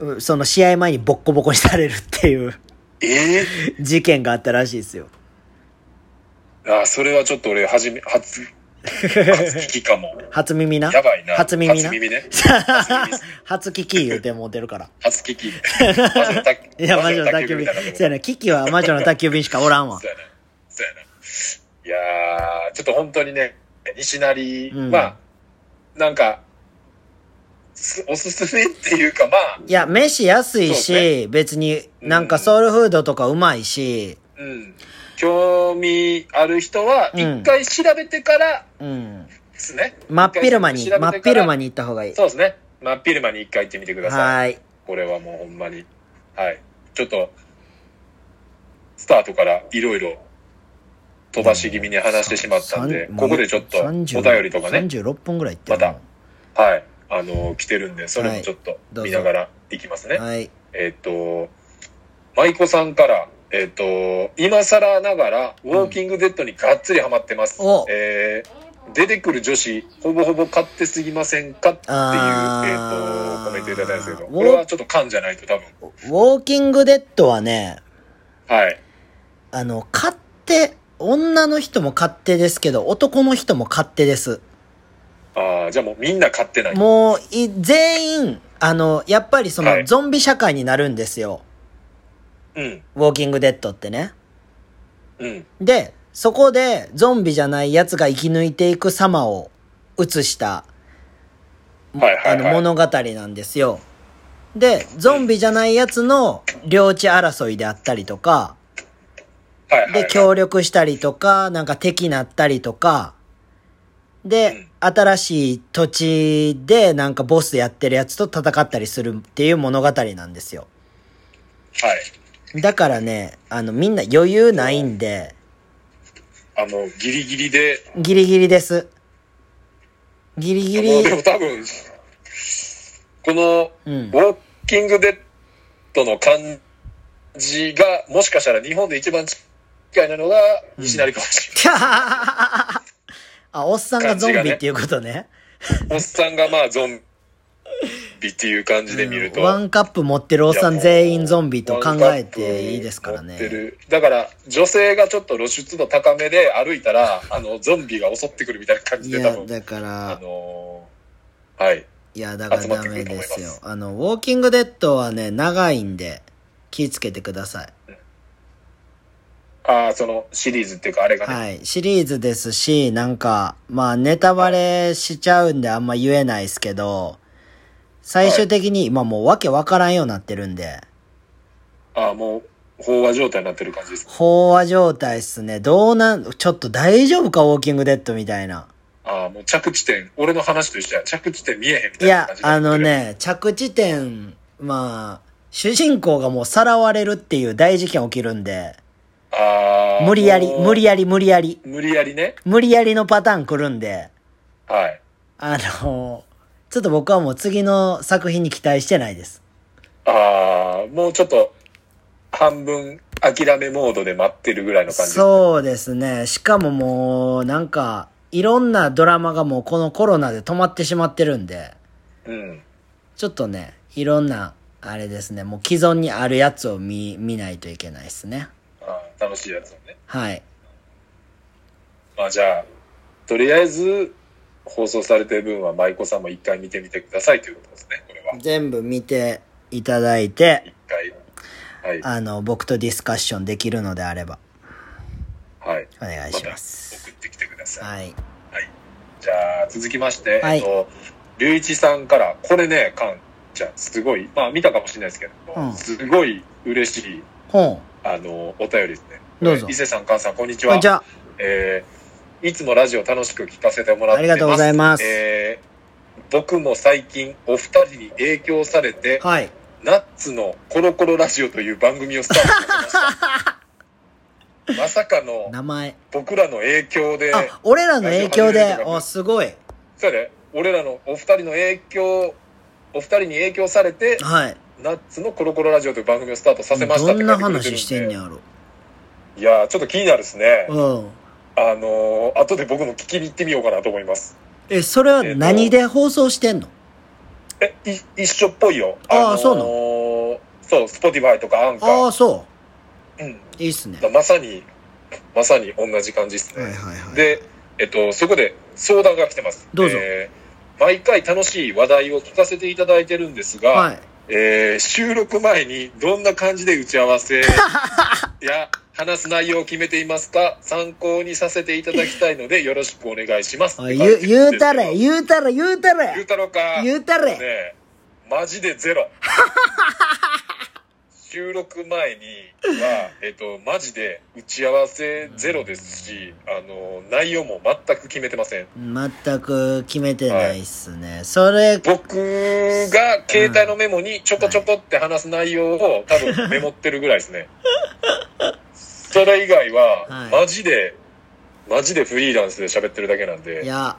B: うん。
A: うその試合前にボッコボコにされるっていう [LAUGHS]
B: ええ
A: 事件があったらしいですよ。
B: ああ、それはちょっと俺、はじめ、初、初聞きかも。
A: 初耳な
B: やばいな。
A: 初耳な [LAUGHS]
B: 初耳ね。
A: 初聞き言うてもうてるから。[LAUGHS]
B: 初聞き。魔女の宅
A: いや、魔女の宅急
B: み
A: 便
B: たいなも。ん。
A: そうやな、キキは魔女の宅急便しかおらんわ
B: そ。うやな。そうやな。いやー、ちょっと本当にね、西成、
A: うん
B: まあ、なんか、すおすすめっていうか、まあ、
A: いや、飯安い
B: そうで
A: し、別になんかソウルフードとかうまいし、
B: うん。興味ある人は、
A: うん
B: 一回調べてから
A: うん。
B: ですね。
A: 真っ昼間に、
B: 一回
A: 真
B: 調べ
A: って
B: から
A: 昼間に行った方がいい。
B: そうですね。真っ昼間に一回行ってみてください。
A: はい。
B: これはもうほんまに。はい。ちょっと、スタートからいろいろ飛ばし気味に話してしまったんで、
A: さん
B: ここでちょっとお便りとかね、
A: 36分ぐらい行ってるな
B: まはい。あの、来てるんで、それもちょっと
A: どうぞ
B: 見ながらいきますね。
A: はい。
B: えっ、と、舞子さんから、えっ、と、今更ながら、ウォーキングデッドにがっつりハマってます。
A: お
B: えー出てくる女子、ほぼほぼ買ってすぎませんかっていう、えっ、
A: あー
B: と、コメントいただいたんですけど、
A: ウォー
B: これはちょっと勘じゃないと多分。
A: ウォーキングデッドはね、
B: はい。
A: あの、勝手、女の人も勝手ですけど、男の人も勝手です。
B: ああ、じゃあもうみんな買ってない。
A: もうい、全員、あの、やっぱりそ
B: は
A: の、
B: い
A: ゾンビ社会になるんですよ。
B: うん。
A: ウォーキングデッドってね。
B: うん。
A: で、そこで、ゾンビじゃない奴が生き抜いていく様を映した、
B: はいは
A: あ
B: い
A: の、
B: はい。
A: 物語なんですよ。で、ゾンビじゃない奴の領地争いであったりとか、
B: はいはいはい
A: で、協力したりとか、なんか敵なったりとか、で、新しい土地でなんかボスやってるやつと戦ったりするっていう物語なんですよ。
B: はい。
A: だからね、あの、みんな余裕ないんで、
B: あの、ギリギリで、
A: ギリギリです。ギリギ
B: もうで
A: リ、
B: も多分、この、
A: うん
B: ウ。ォーキングデッドの感じが、もしかしたら日本で一番近いなのが西成かもしれ
A: [LAUGHS] あ、おっさんがゾンビっていうことね。
B: ない。おっさんがまあゾンビっていう感じで見ると。
A: ワンカップ持ってるおっさん全員ゾンビと考えていいですから
B: ワンカップ持
A: ね。
B: ってるだから、女性がちょっと露出度高めで歩いたら、あの、ゾンビが襲ってくるみたいな感
A: い
B: じで多
A: や、
B: 分、
A: だか
B: あ
A: ら、
B: のーはい。
A: いや、だから
B: 集まっ
A: ダ
B: てく
A: メ
B: ると
A: で
B: 思います
A: すよ。あの、ウォーキングデッドはね、長いんで、気ぃつけてください。
B: ああ、そのシリーズっていうか、あれがね。
A: はい。シリーズですし、なんか、まあ、ネタバレしちゃうんであんま言えないですけど、最終的に今もうわけわからんようになってるんで、
B: ああ、もう、飽和状態になってる感じです。
A: 飽和状態っすね。どうなん、ちょっと大丈夫か、ウォーキングデッドみたいな。
B: ああ、もう着地点、俺の話と一緒や。着地点見えへんみた
A: い
B: いな
A: や
B: 感、じ
A: あの。ね、着地点、まあ、主人公がもうさらわれるっていう大事件起きるんで、
B: ああ。
A: 無理やり、
B: もう
A: 無理やり、無理やり。
B: 無理やりね。
A: 無理やりのパターン来るんで、
B: はい。
A: あの、ちょっと僕はもう次の作品に期待してないです。
B: ああ、もうちょっと、半分諦めモードで待ってるぐらいの感じ。
A: そうですね。しかももう、なんか、いろんなドラマがもうこのコロナで止まってしまってるんで、
B: うん。
A: ちょっとね、いろんな、あれですね、もう既存にあるやつを見、見ないといけないですね。
B: ああ、楽しいやつをね。
A: はい。
B: まあじゃあ、とりあえず、放送されてる分は舞妓さんも一回見てみてくださいということですね、これは。
A: 全部見て、いただいて、
B: 回。はい。
A: あの、僕とディスカッションできるのであれば、
B: はい。
A: お願いします。
B: 送ってきてください。
A: はい。
B: じゃあ、続きまして、
A: はい
B: えっと、龍一さんから、これね、かんちゃん、すごい、まあ見たかもしれないですけど、
A: うん
B: すごい嬉しい、
A: ほ
B: あの、お便りですね。
A: どうぞ
B: 伊勢さん、かんさん、こんにち
A: う。こん
B: は。
A: にちは。
B: えーいつもラジオ楽しく聞かせてもらってます。
A: ありがとうございます
B: えー僕も最近、お二人に影響されて、
A: はい。
B: ナッツのコロコロラジオという番組をスタート
A: [LAUGHS]
B: しました。まさかの
A: 名前。
B: 僕らの影響で、
A: あ、俺らの影響
B: ラジオ始め
A: で
B: ると、か
A: お、すごい。
B: それ俺らのお二人の影響、お二人に影響されて、
A: はい。
B: ナッツのコロコロラジオという番組をスタートさせました
A: ど
B: って
A: んな
B: 書いてくれ
A: 話してんね
B: る
A: やろ。
B: でいやー、ちょっと気になるですね。
A: うん。
B: あのー、後で僕も聞きに行ってみようかなと思います。
A: え、それは何で放送してんの
B: え、い一緒っぽいよ。
A: あー
B: のー
A: そうな
B: そう、スポティファイとかアンカ
A: あ
B: ー。
A: あ、そ
B: うん。
A: う。いいっすね。
B: だまさに、まさに同じ感じですね。
A: はいはいはい。
B: で、えっと、そこで相談が来てます。
A: どうぞ
B: えー毎回楽しい話題を聞かせていただいてるんですが、
A: はい。
B: えー収録前にどんな感じで打ち合わ
A: [LAUGHS]
B: せや話す内容を決めていますか参考にさせていただきたいのでよろしくお願いします。
A: おい言う、 [LAUGHS] 言うたれ、
B: 言
A: 言
B: う
A: うたれ、言うた
B: 言う
A: れ。
B: たろか。
A: 言うた
B: ね
A: れ。
B: えマジで
A: [LAUGHS]
B: ゼロ。収録前には、えっと、マジで打ち合わせゼロですし、あの、内容も全く決めてません。
A: 全く決めてないっすね。それ、
B: 僕が携帯のメモにちょこちょこって話す内容を多分メモってるぐら
A: [LAUGHS]
B: いですね。それ以外
A: は
B: は、
A: い
B: マジで、マジでフリーランスで喋ってるだけなん
A: い
B: で、
A: や、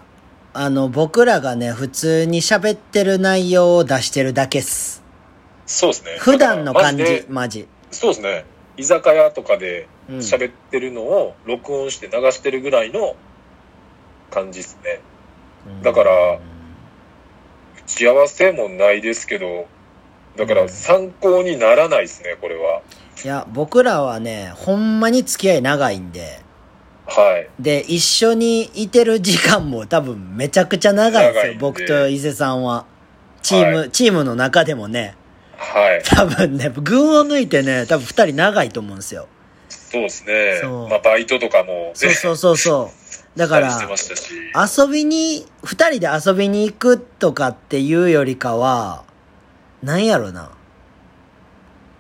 A: あの、僕らがね、普通に喋ってる内容を出してるだけっす。
B: そうですね。
A: 普段の感
B: だから
A: じ
B: マジ、で
A: マジ。
B: そうですね。居酒屋とかで
A: うん。
B: 喋ってるのを録音して流してるぐらいの感じですね。だから幸せもないですけど、だから参考にならないですね、これは。
A: いや、僕らはね、ほんまに付き合い長いんで、
B: はい。
A: で、一緒にいてる時間も多分めちゃくちゃ長いんです
B: 長い
A: よ
B: ん、で
A: 僕と伊勢さんは。チーム、
B: は
A: チームの中でもね、
B: はい。
A: 多分ね、群を抜いてね、多分二人長いと思うんですよ。
B: そうですね
A: そう。
B: まあ、バイトとかも、
A: そうそうそうそう。だか
B: したりして
A: ら
B: ま、したし。
A: 遊びに、二人で遊びに行くとかっていうよりかは、なんやろな。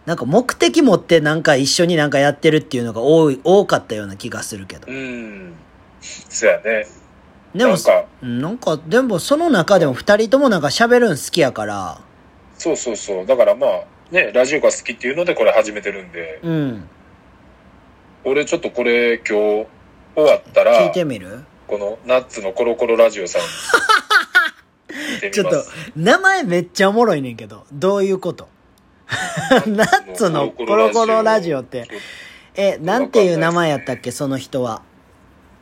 A: なんか目的持ってなんか一緒になんかやってるっていうのが多い、多かったような気がするけど
B: う。ん。そうやね。
A: でも
B: なん、か、
A: うんなんか、でもその中でも二人ともなんか喋るん好きやから、
B: そうそうそう。だからまあ、ね、ラジオが好きっていうのでこれ始めてるんで、
A: うん。
B: 俺ちょっとこれ今日終わった
A: 聞い
B: ら、
A: てみる
B: このナッツのコロコロラジオさ
A: [LAUGHS]
B: んに行てみます。
A: ちょっと、名前めっちゃおもろいねんけど、どういうこと
B: [LAUGHS]
A: ナッツのコロコロラジオって、え、なんていう名前やったっけ、その人は。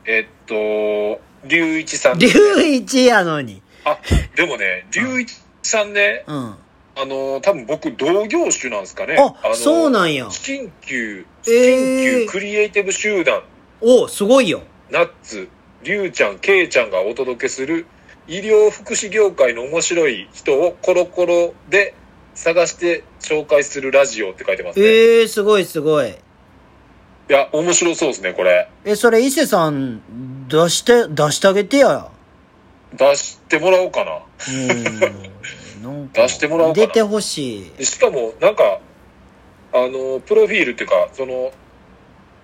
B: えっと、龍一さん。
A: 龍一やのに。
B: あ、でもね、龍一さんね、
A: うん。
B: あのー、多分僕同業種なんですかね。
A: あ
B: のー
A: そうなんや
B: スキンキュー、
A: えー
B: スキンキュークリエイティブ集団、
A: おすごいよ。
B: ナッツ、リュウちゃん、ケイちゃんがお届けする医療福祉業界の面白い人をコロコロで探して紹介するラジオって書いてますね。い
A: ええー、すごいすごい。
B: や、面白そうですね、これ。
A: え、それ伊勢さん、出して、出してあげてや。
B: 出してもらおうかな。
A: うん。なん
B: 出してもらおうかな
A: 出てほしい。
B: でしかも、なんか、あのー、プロフィールっていうか、その、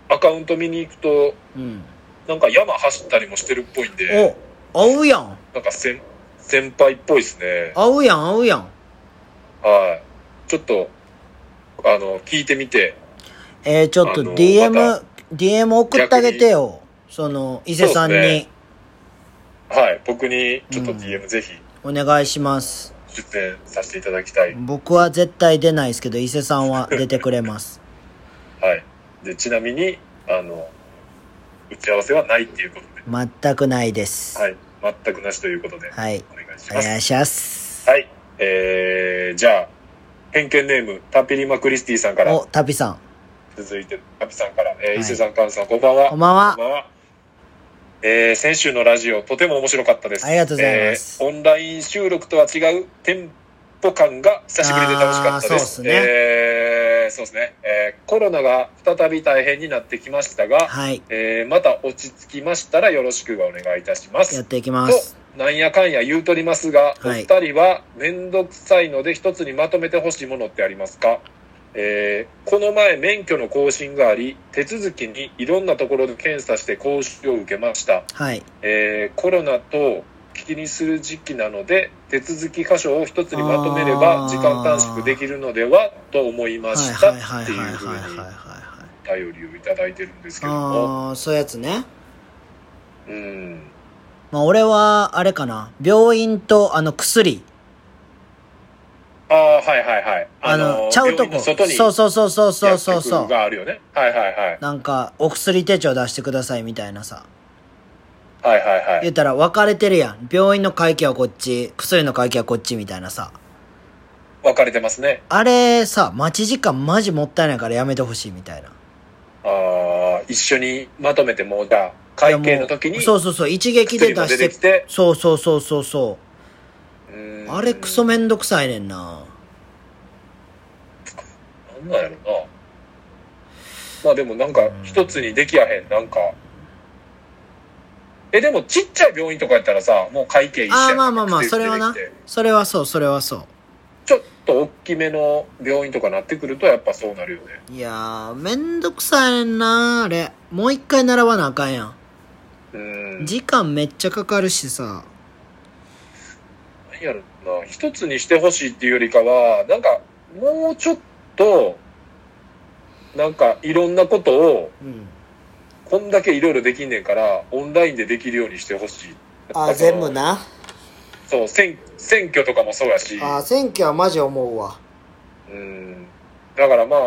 B: アカウント見に行くと、
A: うん。
B: なんか山走ったりもしてるっぽいんで。
A: お、合うやん。
B: なんか先、先輩っぽいですね。
A: 合うやん、合うやん。
B: はい。ちょっと、あの、聞いてみて。
A: えー、ちょっと
B: あの
A: DM、
B: ま
A: DM 送ってあげてよ。その、伊勢さん
B: そう
A: に
B: ではい。僕に、ちょっと
A: うん
B: DM ぜひ、
A: お願いします。
B: 出演させていただきたい。
A: 僕は絶対出ないですけど、伊勢さんは出てくれ
B: [LAUGHS]
A: ます。
B: はい。で、ちなみに、あの、打ち合わせはないっていうことで。
A: 全くないです。
B: はい。全くなしということで、
A: はい。
B: お願いし
A: お
B: ます。
A: 願いします。
B: はい。えー、じゃあ、偏見ネーム、タピリマクリスティさんから
A: お、、タピさん。
B: 続いて、タピさんから、えー
A: はい
B: 伊勢さん、カンさん、こんばんは
A: こん。ばんは
B: こん。ばんは。えー先週のラジオ、とても面白かったです。
A: ありがとうございます
B: えーオンライン収録とは違う、テン歩間が久しぶりで楽しかったです。
A: あーそうっすね
B: えーそうですね、えーコロナが再び大変になってきましたが、
A: はい。
B: えーまた落ち着きましたらよろしくお願いいたしま
A: やっ
B: す。
A: ていきます。
B: と、なんやかんや言うとりますが、
A: はい
B: お二人は面倒くさいので一つにまとめてほしいものってありますかえーこの前免許の更新があり、手続きにいろんなところで検査して講習を受けました。
A: はい。
B: えーコロナと気にする時期なので手続き箇所を一つにまとめれ
A: あ
B: ば
A: ー
B: 時間短縮できるのではと思いま
A: はい
B: した
A: はいは
B: っ
A: い
B: て
A: はい
B: い
A: はいう
B: ふう
A: はい
B: に
A: はい。
B: 頼りをいただいてるんですけども、
A: ああ、そういうやつね。
B: うん、
A: まあ俺は、あれかな。病院と、あの、薬。
B: ああはいはいはい
A: あの、ちゃうと
B: 病院の
A: こ。
B: 外に
A: そうそうそうそうそうそうそ
B: 薬
A: う。
B: があるよねはいはいはい
A: なんか、お薬手帳出してくださいみたいなさ。
B: はいはいは
A: 言
B: い
A: ったら分かれてるやん。病院の会計はこっち、薬の会計はこっちみたいなさ。
B: 分かれてますね
A: あれさ、待ち時間マジもったいないからやめてほしいみたいな。
B: ああ一緒にまとめてもうじゃあ会計の時に
A: いやもうそうそうそう、一撃で
B: 薬も
A: 出
B: 出て
A: し
B: き
A: て。
B: て
A: そうそうそうそうそうう。
B: ん
A: あれクソめんどくさいねんな。
B: なんなんやろな。まあでもなんか一つにできやへん、なんか。え、でもちっちゃい病院とかやったらさ、もう会計一緒
A: あ
B: や
A: あ、
B: ん
A: まあまあまあ、
B: 薬
A: それはな
B: 出てきて。
A: それはそう、それはそ
B: ちょっと大きめの病院とかなってくるとやっぱそうなるよね。
A: う。いやー、めんどくさいねんな、あれ。もう一回習わなあかんやん。
B: うん。
A: 時間めっちゃかかるしさ。
B: 何やろな。一つにしてほしいっていうよりかは、なんかもうちょっと、なんかいろんなことを、
A: うん。
B: こんだけいろいろできんねんから、オンラインでできるようにしてほしい。
A: あー、全部。な。
B: そう、選選挙とかもそうやし。
A: あー、選挙はマジ思うわ。
B: うんだからまあ、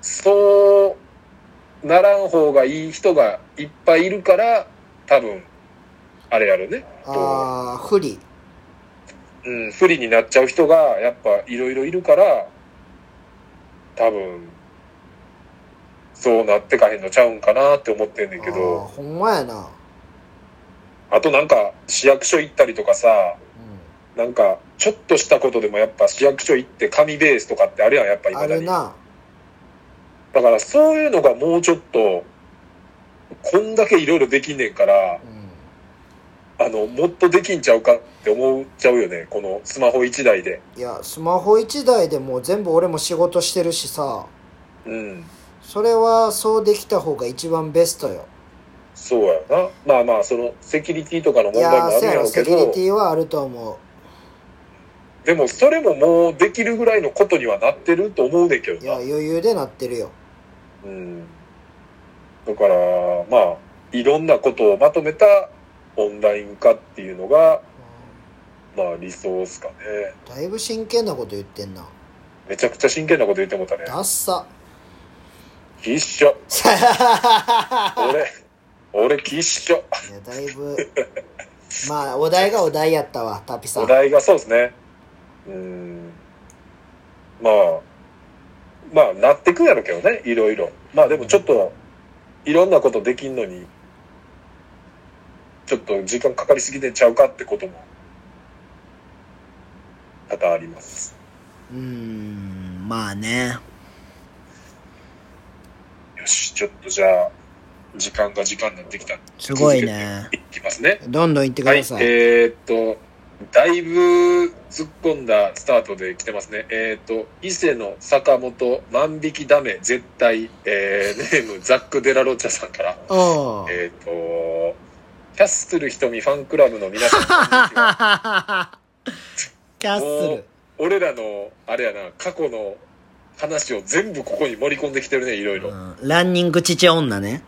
B: そうならん方がいい人がいっぱいいるから、多分、あれやろね。と
A: あー、不利。
B: うん、不利になっちゃう人が、やっぱいろいろいるから、多分、そうなってかへんのちゃうんかなって思ってんねんけ
A: あー
B: ど、
A: ほんまやな、
B: あとなんか、市役所行ったりとかさ、なんか、ちょっとしたことでもやっぱ市役所行って紙ベースとかってあるやん、やっぱ
A: うん、
B: 今
A: あ
B: だ
A: る
B: に。
A: な
B: だからそういうのがもうちょっと、こんだけいろいろできんねんから
A: う、ん
B: あの、もっとできんちゃうかって思っちゃうよね。このスマホ1台で。
A: いやスマホ1台でもう全部俺も仕事してるしさ
B: うん。
A: それはそうできた方が一番ベストよ
B: そうやな。まあまあ、その、セキュリティとかの
A: い
B: 問題も
A: やー
B: あるん
A: せ
B: や
A: や
B: ろ
A: ろ
B: うけ
A: セキュリ
B: ど
A: テ、ィはあると思う
B: でもそれももうできるぐらいのことにはなってると思うねんけ
A: いや
B: どな。
A: 余裕でなってるよ
B: うん。だから、まあ、いろんなことをまとめたオンライン化っていうのが、まあ理想っすかね。
A: だいぶ真剣なこと言ってんな
B: めちゃくちゃ真剣なこと言ってもうたね。
A: ダッサ [LAUGHS]
B: 必勝。
A: い
B: 俺、俺、きっしょ。
A: やだいぶまあお題がお題やったわタピさ
B: お
A: ん
B: 題がそうですね。うーん。まあ、まあ、なってくんやろけどね、いろいろ。まあ、でもちょっと、いろんなことできんのに、ちょっと時間かかりすぎてんちゃうかってことも、多々あります。
A: うーんまあね
B: よし、ちょっとじゃあ、時間が時間になってきた。
A: すごいね
B: いきますね。
A: どんどん言ってく
B: はい、え
A: ださい、
B: ー、っと、だいぶ突っ込んだスタートで来てますね。えー、っと、伊勢の坂本万引きダメ絶対、えー、ネームザック・デラロッチャさんから、
A: おー
B: えー、っと、キャッスルひとみファンクラブの皆さん、こんに
A: [LAUGHS]
B: ちは
A: キャッスル。
B: 俺らの、あれやな、過去の話を全部ここに盛り込んできてるね、いろいろ。
A: うんランニング父女ね。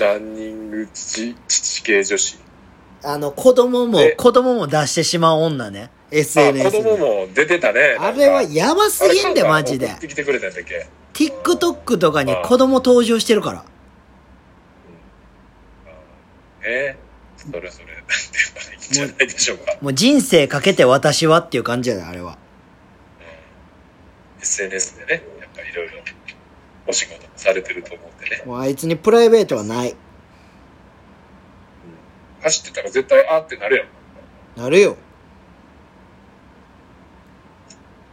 B: ランニング父、父系女子。
A: あの、子供も
B: え、
A: 子供も出してしまう女ね。
B: あ、
A: SNS
B: 子供
A: で。
B: も出てたね。
A: あれは
B: なんか
A: やばすぎんで、
B: あれ
A: マジで
B: 送っ。てきてくれたんだっけ
A: TikTok とかに子供登場してるから。
B: ねそれそれ、なんて言えばいいんじゃないでしょうか。
A: もう人生かけて私はっていう感じやで、あれは。
B: SNS でね、やっぱいろいろお仕事もされてると思うんでね。
A: もうあいつにプライベートはない。
B: 走ってたら絶対あーってなるやん。
A: なるよ。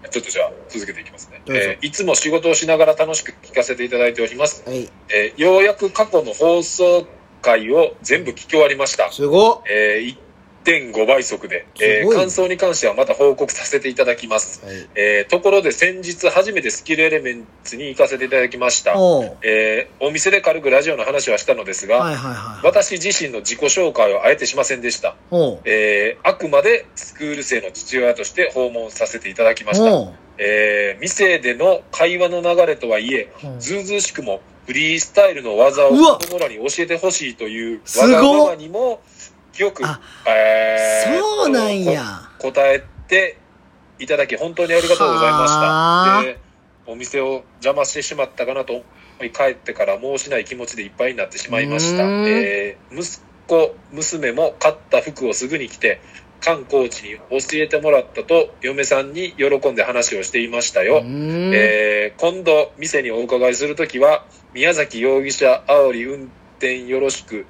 B: ちょっとじゃあ続けていきますね。
A: どうぞ
B: えーいつも仕事をしながら楽しく聞かせていただいております。
A: はい。
B: えーようやく過去の放送回を全部聞き終わりました。
A: すごっ
B: えー1.5倍速で、
A: す
B: えー
A: ごい
B: 感想に関してはまた報告させていただきます。
A: はい。
B: えーところで先日初めてスキルエレメンツに行かせていただきました。
A: おう
B: えーお店で軽くラジオの話はしたのですが、
A: はいはいはい。
B: 私自身の自己紹介をあえてしませんでした。
A: おう
B: えーあくまでスクール生の父親として訪問させていただきました。
A: おう
B: えー店での会話の流れとはいえ、
A: うん
B: ずうずうしくもフリースタイルの技を
A: うわ
B: 友らに教えてほしいという
A: すごっ
B: わがままにも、よく、
A: あ
B: えー
A: そうなんや。
B: こ答えていただき、本当にありがとうございま
A: はあ
B: した。で、お店を邪魔してしまったかなと思い、帰ってからもうしない気持ちでいっぱいになってしまいました。
A: うーん
B: えー息子、娘も買った服をすぐに着て、観光地に教えてもらったと、嫁さんに喜んで話をしていました
A: う
B: よ。
A: ーん
B: えー今度店にお伺いするときは宮崎容疑者煽り運転よろしく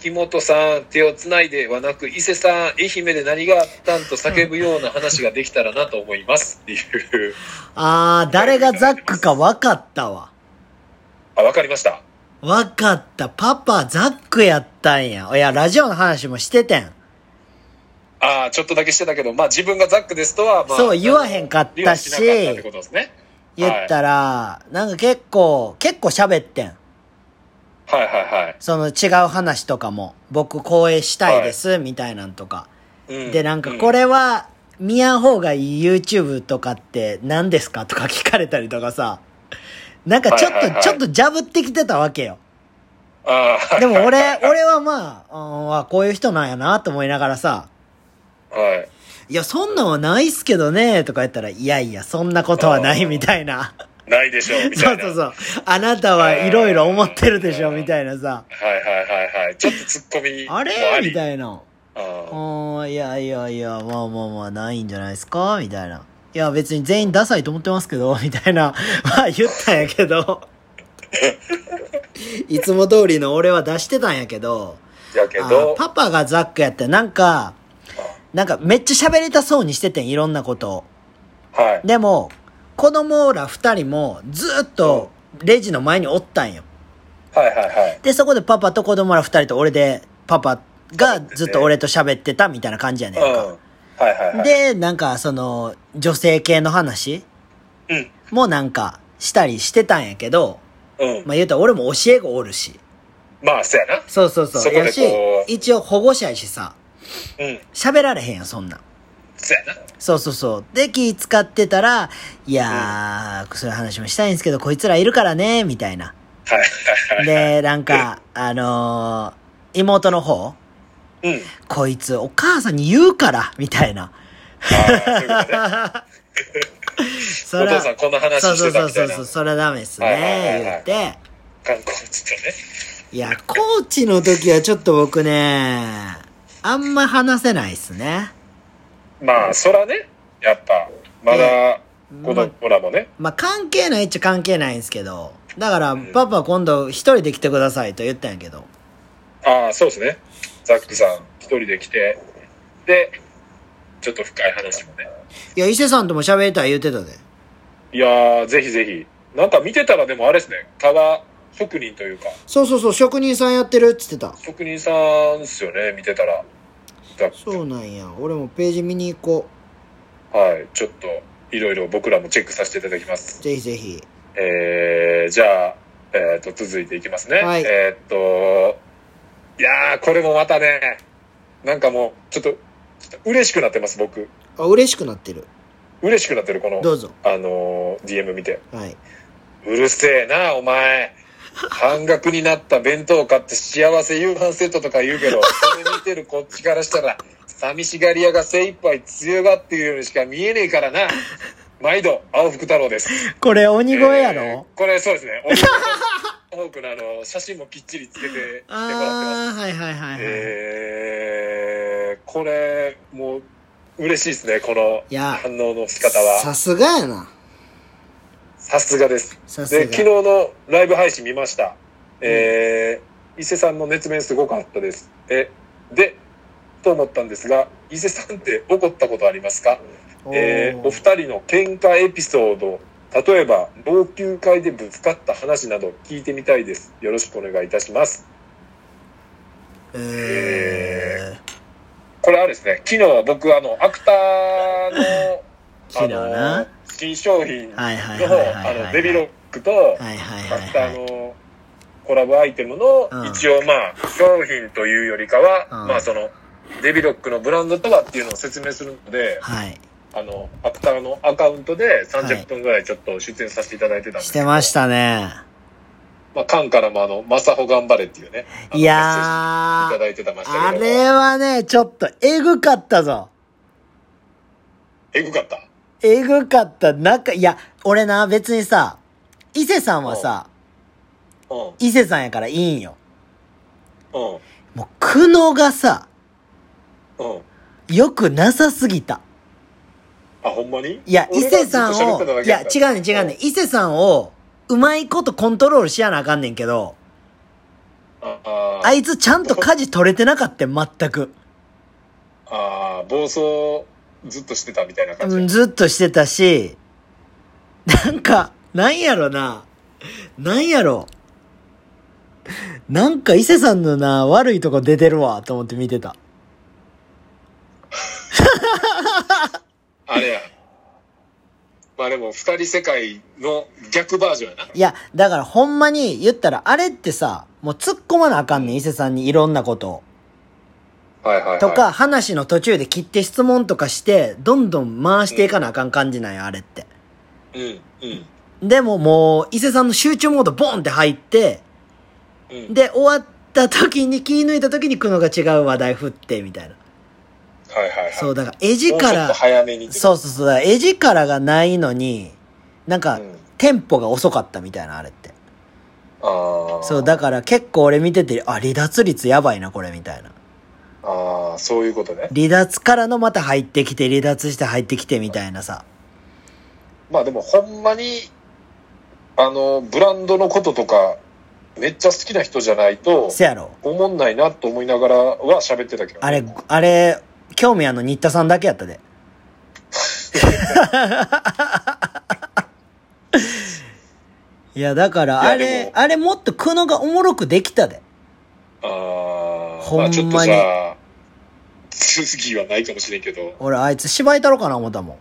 B: 木本さん手をつないではなく伊勢さん愛媛で何があったんと叫ぶような話ができたらなと思いますっていう
A: あー、誰がザックか分かったわ。
B: あわかりました
A: 分かった。パパ、ザックやったんや。いや、ラジオの話もしててん。
B: ああちょっとだけしてたけどまあ自分がザックですとは、まあ、
A: そう言わへんかったし
B: 理はなかったってことですね
A: 言ったら、なんか結構、結構喋ってん。
B: はいはいはい
A: その違う話とかも、僕、公演したいです、みたいなんとか。
B: う
A: で、なんか、こ、れは、見やん方がいい YouTube とかって何ですかとか聞かれたりとかさ。なんかちょっと、
B: はいはいはい
A: ちょっとジャブってきてたわけよ。
B: うんあー
A: でも俺、俺はまあ、うんあ、こういう人なんやなと思いながらさ、
B: はい
A: いや、そんなんはないっすけどね、とか言ったら、いやいや、そんなことはないみたい
B: [LAUGHS]
A: な。
B: ないでしょうみ
A: そ
B: たいうな
A: そうそう。あなたはいろいろ思ってるでしょ、みたいなさ。
B: はいはいはいはいちょっとツッコミも
A: あ
B: あり
A: れみたいな。
B: あー
A: うん、いやいやいや、まあまあまあ、ないんじゃないですかみたいな。いや、別に全員ダサいと思ってますけど、 [LAUGHS] みたいな。まあ言ったんやけ
B: [LAUGHS]
A: ど。いつも通りの俺は出してたんやけど、
B: やけ
A: あ
B: ど、
A: パパがザックやって、なんか、なんかめっちゃ喋りたそうにしててん、いろんなことを。
B: はい。
A: でも、子供ら二人もずっとレジの前におったんよ。
B: はいはいはい。
A: で、そこでパパと子供ら二人と俺で、パパがずっと俺と喋ってたみたいな感じやね
B: うん。
A: ん
B: は
A: か。
B: いはいはい。
A: で、なんかその、女性系の話
B: うん。
A: もなんかしたりしてたんやけど、
B: うん。
A: まあ言うたら俺も教え子おるし。
B: まあ、そうやな。
A: そうそうそう。
B: そこでこう
A: やし、一応保護者やしさ、
B: うん。
A: 喋られへんやん、そんなん。
B: そうやな。
A: そうそうそう。で、気使ってたら、いやー、そういう話もしたいんですけど、こいつらいるからね、みたいな。
B: はいはいはい。
A: で、なんか、あのー妹の方、
B: うん。
A: こいつお母さんに言うから、みたい
B: [LAUGHS]
A: な。
B: ああそ
A: [LAUGHS] そ
B: ういうことねお
A: ら
B: 父さんこんな話
A: そう
B: し
A: そう
B: て
A: そ
B: た
A: う
B: みた
A: そ
B: いうな
A: そう、。それはダメっす
B: はいはいはい
A: ね
B: は、い
A: 言って。
B: 観光地とね。
A: いや、コーチの時はちょっと僕ね、あんま話せないっすね。
B: まあ、そらね、やっぱ、まだ、子
A: まあ
B: 供らもね。
A: まあ、関係ないっちゃ関係ないんですけど、だから
B: ん、
A: パパ今度一人で来てくださいと言ったんやけど。
B: ああ、そうですね。ザックさん、一人で来て、で、ちょっと深い話もね。
A: いや、伊勢さんとも喋りたい言うてたで。
B: いやー、ぜひぜひ。なんか見てたらでもあれですね、革職人というか、
A: そうそうそう、職人さんやってるっつってた。
B: 職人さんっすよね、見てたら。ザック
A: そうなんや。俺もページ見に行こ
B: はい、ちょっといろいろ僕らもチェックさせていただきます
A: う。。ぜひぜひ。
B: えー、じゃあ、えー、と続いていきますね。
A: はい
B: えーっと、いやー、これもまたね、なんかもう、ちょっと、ちょっと嬉しくなってます、僕。
A: あ、嬉しくなってる。
B: 嬉しくなってる、この、
A: どうぞ。
B: あのー、DM 見て。
A: はい。
B: うるせえな、お前。半額になった弁当買って幸せ夕飯セットとか言うけど、それ見てるこっちからしたら、寂しがり屋が精一杯強がっているようにしか見えねえからな。毎度、青福太郎です。
A: これ鬼越やろ、
B: えーこれそうですね。 [LAUGHS] 多くのあの写真もきっちりつけてきてもらってます。
A: ああ、はいはいはいはい。
B: えー、これもう嬉しいですね。この
A: いや
B: 反応の仕方は
A: さすがやな。
B: さすがです。
A: さす
B: で
A: が。
B: 昨日のライブ配信見ました。えー伊勢さんの熱弁すごかったです。えでと思ったんですが伊勢さんって怒ったことありますか？えー
A: おー
B: お二人の喧嘩エピソード、例えば老朽会でぶつかった話など聞いてみたいです。よろしくお願いいたします。
A: え
B: これはですね、昨日僕あの、アクターの、
A: [LAUGHS] 昨日な
B: あの、新商
A: ー、
B: 品の、
A: はいはいはいはいはい
B: あ
A: は
B: の、
A: い
B: デビロックと、
A: はいはい
B: アクタ
A: はいはい
B: ーのコラボアイテムの
A: うん、
B: 一応まあ、商品というよりかは、
A: うん
B: まあその、デビロックのブランドとはっていうのを説明するので、
A: はい
B: あの、アクターのアカウントで
A: はい
B: 30分ぐらいちょっと出演させていただいてたんで
A: し
B: すけ
A: て
B: ど、
A: まし。たね
B: まあ、カンからもあの、マサホ頑張れっていうね、あ
A: い
B: のメッセージ
A: や
B: いた
A: ー
B: だいてたました
A: あ
B: けど、
A: れはねちょっとえぐかったぞ
B: えぐかった。
A: えぐかったなんかいや俺な別にさ伊勢さんはさ
B: うん、
A: 伊勢さんやからいいんよ
B: うん、
A: もう久野がさ
B: うん。
A: よくなさすぎた
B: あ、ほんまに
A: いや、伊勢さん
B: 俺がずっと喋ってた
A: を、
B: だ
A: い
B: けや
A: や、
B: から
A: 違うねん、違うねん。伊勢さんを、うまいことコントロールしやなあかんねんけど、
B: ああ
A: あいつちゃんと舵取れてなかったよ、全く。
B: ああ、暴走ずっとしてたみたいな感じ。
A: うんずっとしてたし、なんか、なんやろな。なんやろ。なんか伊勢さんのな、悪いとこ出てるわ、と思って見てた。
B: あれや。まあでも、二人世界の逆バージョンやな。
A: いや、だからほんまに言ったら、あれってさ、もう突っ込まなあかんねん、伊勢さんにいろんなことを。
B: はいはい、はい。
A: と。か、話の途中で切って質問とかして、どんどん回していかなあかん感じなんよ、あれって。
B: うん、うん、
A: でももう、伊勢さんの集中モードボンって入って、
B: うん。
A: で、終わった時に、気抜いた時に、久野が違う話題振って、みたいな。
B: はいはいはい。
A: そう、
B: もう
A: だから、絵
B: ちょっと
A: 力、
B: 早めに。
A: そうそうそう、だから絵力がないのに、なん
B: う
A: か、
B: ん。
A: テンポが遅かったみたいな、あれって。
B: ああ。
A: そう、だから結構俺見てて、あ、離脱率やばいな、これ、みたいな。
B: ああ、そういうことね。
A: 離脱からのまた入ってきて、離脱して入ってきて、みたいなさ。
B: まあでも、ほんまに、あの、ブランドのこととか、めっちゃ好きな人じゃないと、
A: せやろ。
B: おもんないなと思いながらは喋ってたけどね、
A: あれ、あれ、興味あんの新田さんだけやったで。 [LAUGHS] いや、だから、
B: いや
A: あ
B: で
A: れ
B: も、
A: あれもっと久野がおもろくできたで。
B: ああ、
A: ほん
B: ま
A: ま
B: あ
A: に
B: ちょっとじゃあ、次はないかもしれんけど、
A: 俺、あいつ芝居たろうかな思ったもん。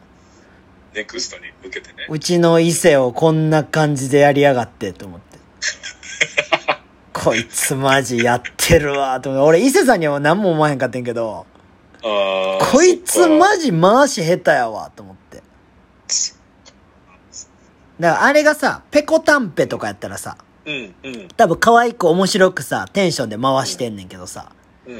B: ネクストに向けてね。
A: うちの伊勢をこんな感じでやりやがって、と思
B: [LAUGHS]
A: って。こいつマジやってるわ、と思って。俺、伊勢さんには何も思わへんかってんけど、
B: あー
A: こい
B: そ
A: つ
B: っか
A: マジ回し下手やわ、と思って。だから、あれがさ、ペコタンペとかやったらさ、
B: うん、うん、
A: 多分可愛く面白くさ、テンションで回してんねんけどさ、
B: う
A: へ
B: ん、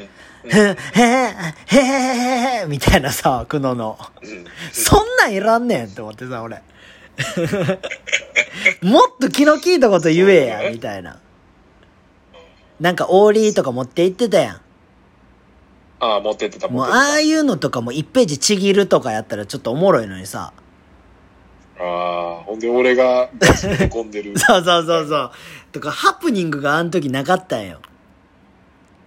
A: へへへへへへみたいなさ、久野の。
B: うん。
A: そんなんいらんねんって思ってさ、俺。もっと気の利いたこと言えや、みたいな。なんか、オーリーとか持って行ってたや
B: ああ、持ってってた、
A: ん。も
B: 持
A: う、
B: ってって
A: ああいうのとかも1ページちぎるとかやったらちょっとおもろいのにさ。。
B: た。ああ、ほんで俺がガチで凹んで
A: [LAUGHS]
B: る
A: そうそうそうそう。とか、ハプニングがあの時なかったんよ。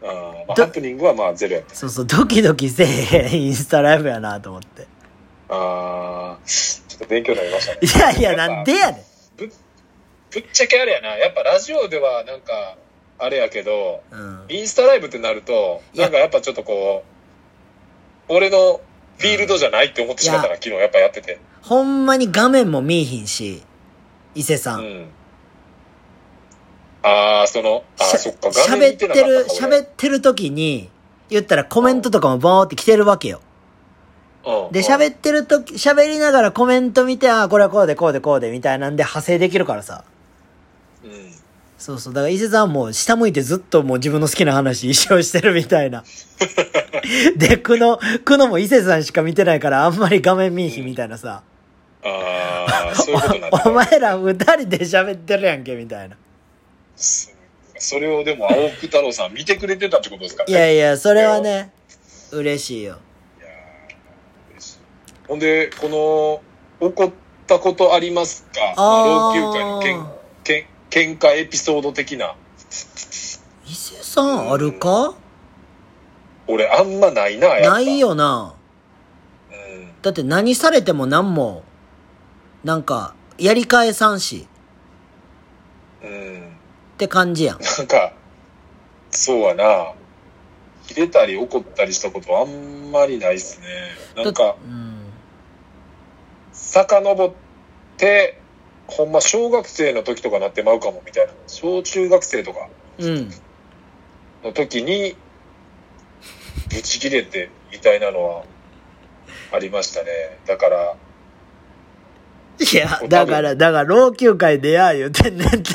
B: あーまあ
A: ど
B: ハプニングはまあゼロやっ
A: そうそう、ドキドキせえへんインスタライブやなと思って。
B: た。ああ、ちょっと勉強になりましたね。
A: いやいや、なんでやねん。
B: ぶっちゃけあれやな、やっぱラジオではなんか、あれやけど、
A: うん。
B: インスタライブってなると、
A: いや
B: なんかやっぱちょっとこう、俺のフィールドじゃないって思ってしまった
A: い
B: な、昨日やっぱやってて。
A: ほんまに画面も見えひんし、伊勢さ。
B: うんん。ああ、その、あ
A: しゃ
B: あ、そっか、画
A: 喋
B: 面見
A: ってて
B: なか
A: る
B: っ、たか。
A: 喋ってる時に、言ったらコメントとかもバーって来てるわけよ。
B: 俺うん、
A: で、
B: うん
A: 喋ってる時、喋りながらコメント見て、ああ、これはこうでこうでこうでみたいなんで派生できるからさ。
B: うん。
A: そうそう。だから伊勢さんも下向いてずっともう自分の好きな話一生してるみたい
B: [LAUGHS]
A: な。で、くの、くのも伊勢さんしか見てないからあんまり画面見えひんみたいなさ。
B: ああ、そういうことなんだ。
A: [LAUGHS] お前ら二人で喋ってるやんけみたいな。
B: そそれをでも、青木太郎さん見てくれてたってことですか
A: いやいや、それはね、嬉しいよ。
B: ほんで、この、起こったことありますか
A: あー
B: まあ老朽化のけんけん喧嘩エピソード的な。
A: 伊勢さんあるか
B: 俺、あんまないな、やっぱ
A: ない。よな。
B: うん。
A: だって何されても何も、なんか、やり返さんし、
B: うん。
A: って感じやん。
B: なんか、そうやな。切れたり怒ったりしたことあんまりないっすね。なん
A: だ
B: か、
A: うん。
B: 遡って、ほんま小学生の時とかなってまうかもみたいな。小中学生とか
A: うん。
B: の時に、ぶち切れてみたいなのはありましたね。だから、
A: いや、だから、だから、老朽会でや、言うてんねんって。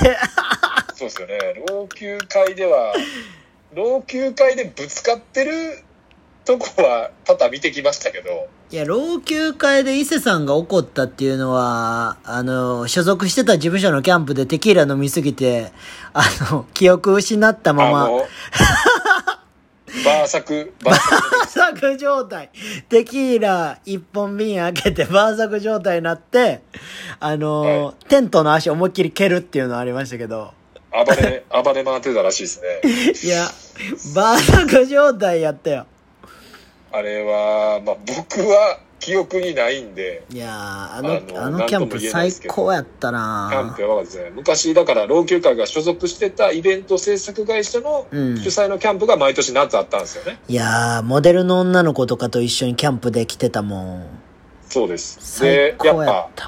B: そうですよね。老朽会では、老朽会でぶつかってるとこは多々見てきましたけど、
A: いや、老朽会で伊勢さんが怒ったっていうのは、あの、所属してた事務所のキャンプでテキーラ飲みすぎて、あの、記憶失ったま [LAUGHS]
B: あ
A: ま、
B: の、バーサク、バーサク。
A: バーサク状態。テキーラ一本瓶開けてバーサク状態になって、あの、
B: は
A: テントの足思いっきり蹴るっていうのありましたけど、
B: 暴れ、暴れ回ってたらしいですね。
A: い
B: [LAUGHS]
A: や、バーサク状態やったよ。
B: あれは、まあ僕は記憶にないんで、
A: いやー、あの、あの
B: あの
A: キャンプ
B: なんとも言えない
A: 最
B: ですけど
A: 高やった
B: キャン
A: な
B: プはですね、昔だから老朽会が所属してたイベント制作会社の主
A: うん
B: 催のキャンプが毎年夏あったんですよね。
A: いやー、モデルの女の子とかと一緒にキャンプで来てたもん。
B: そうです。
A: 最
B: で、や
A: 高
B: っ
A: や
B: ぱ
A: っ、た。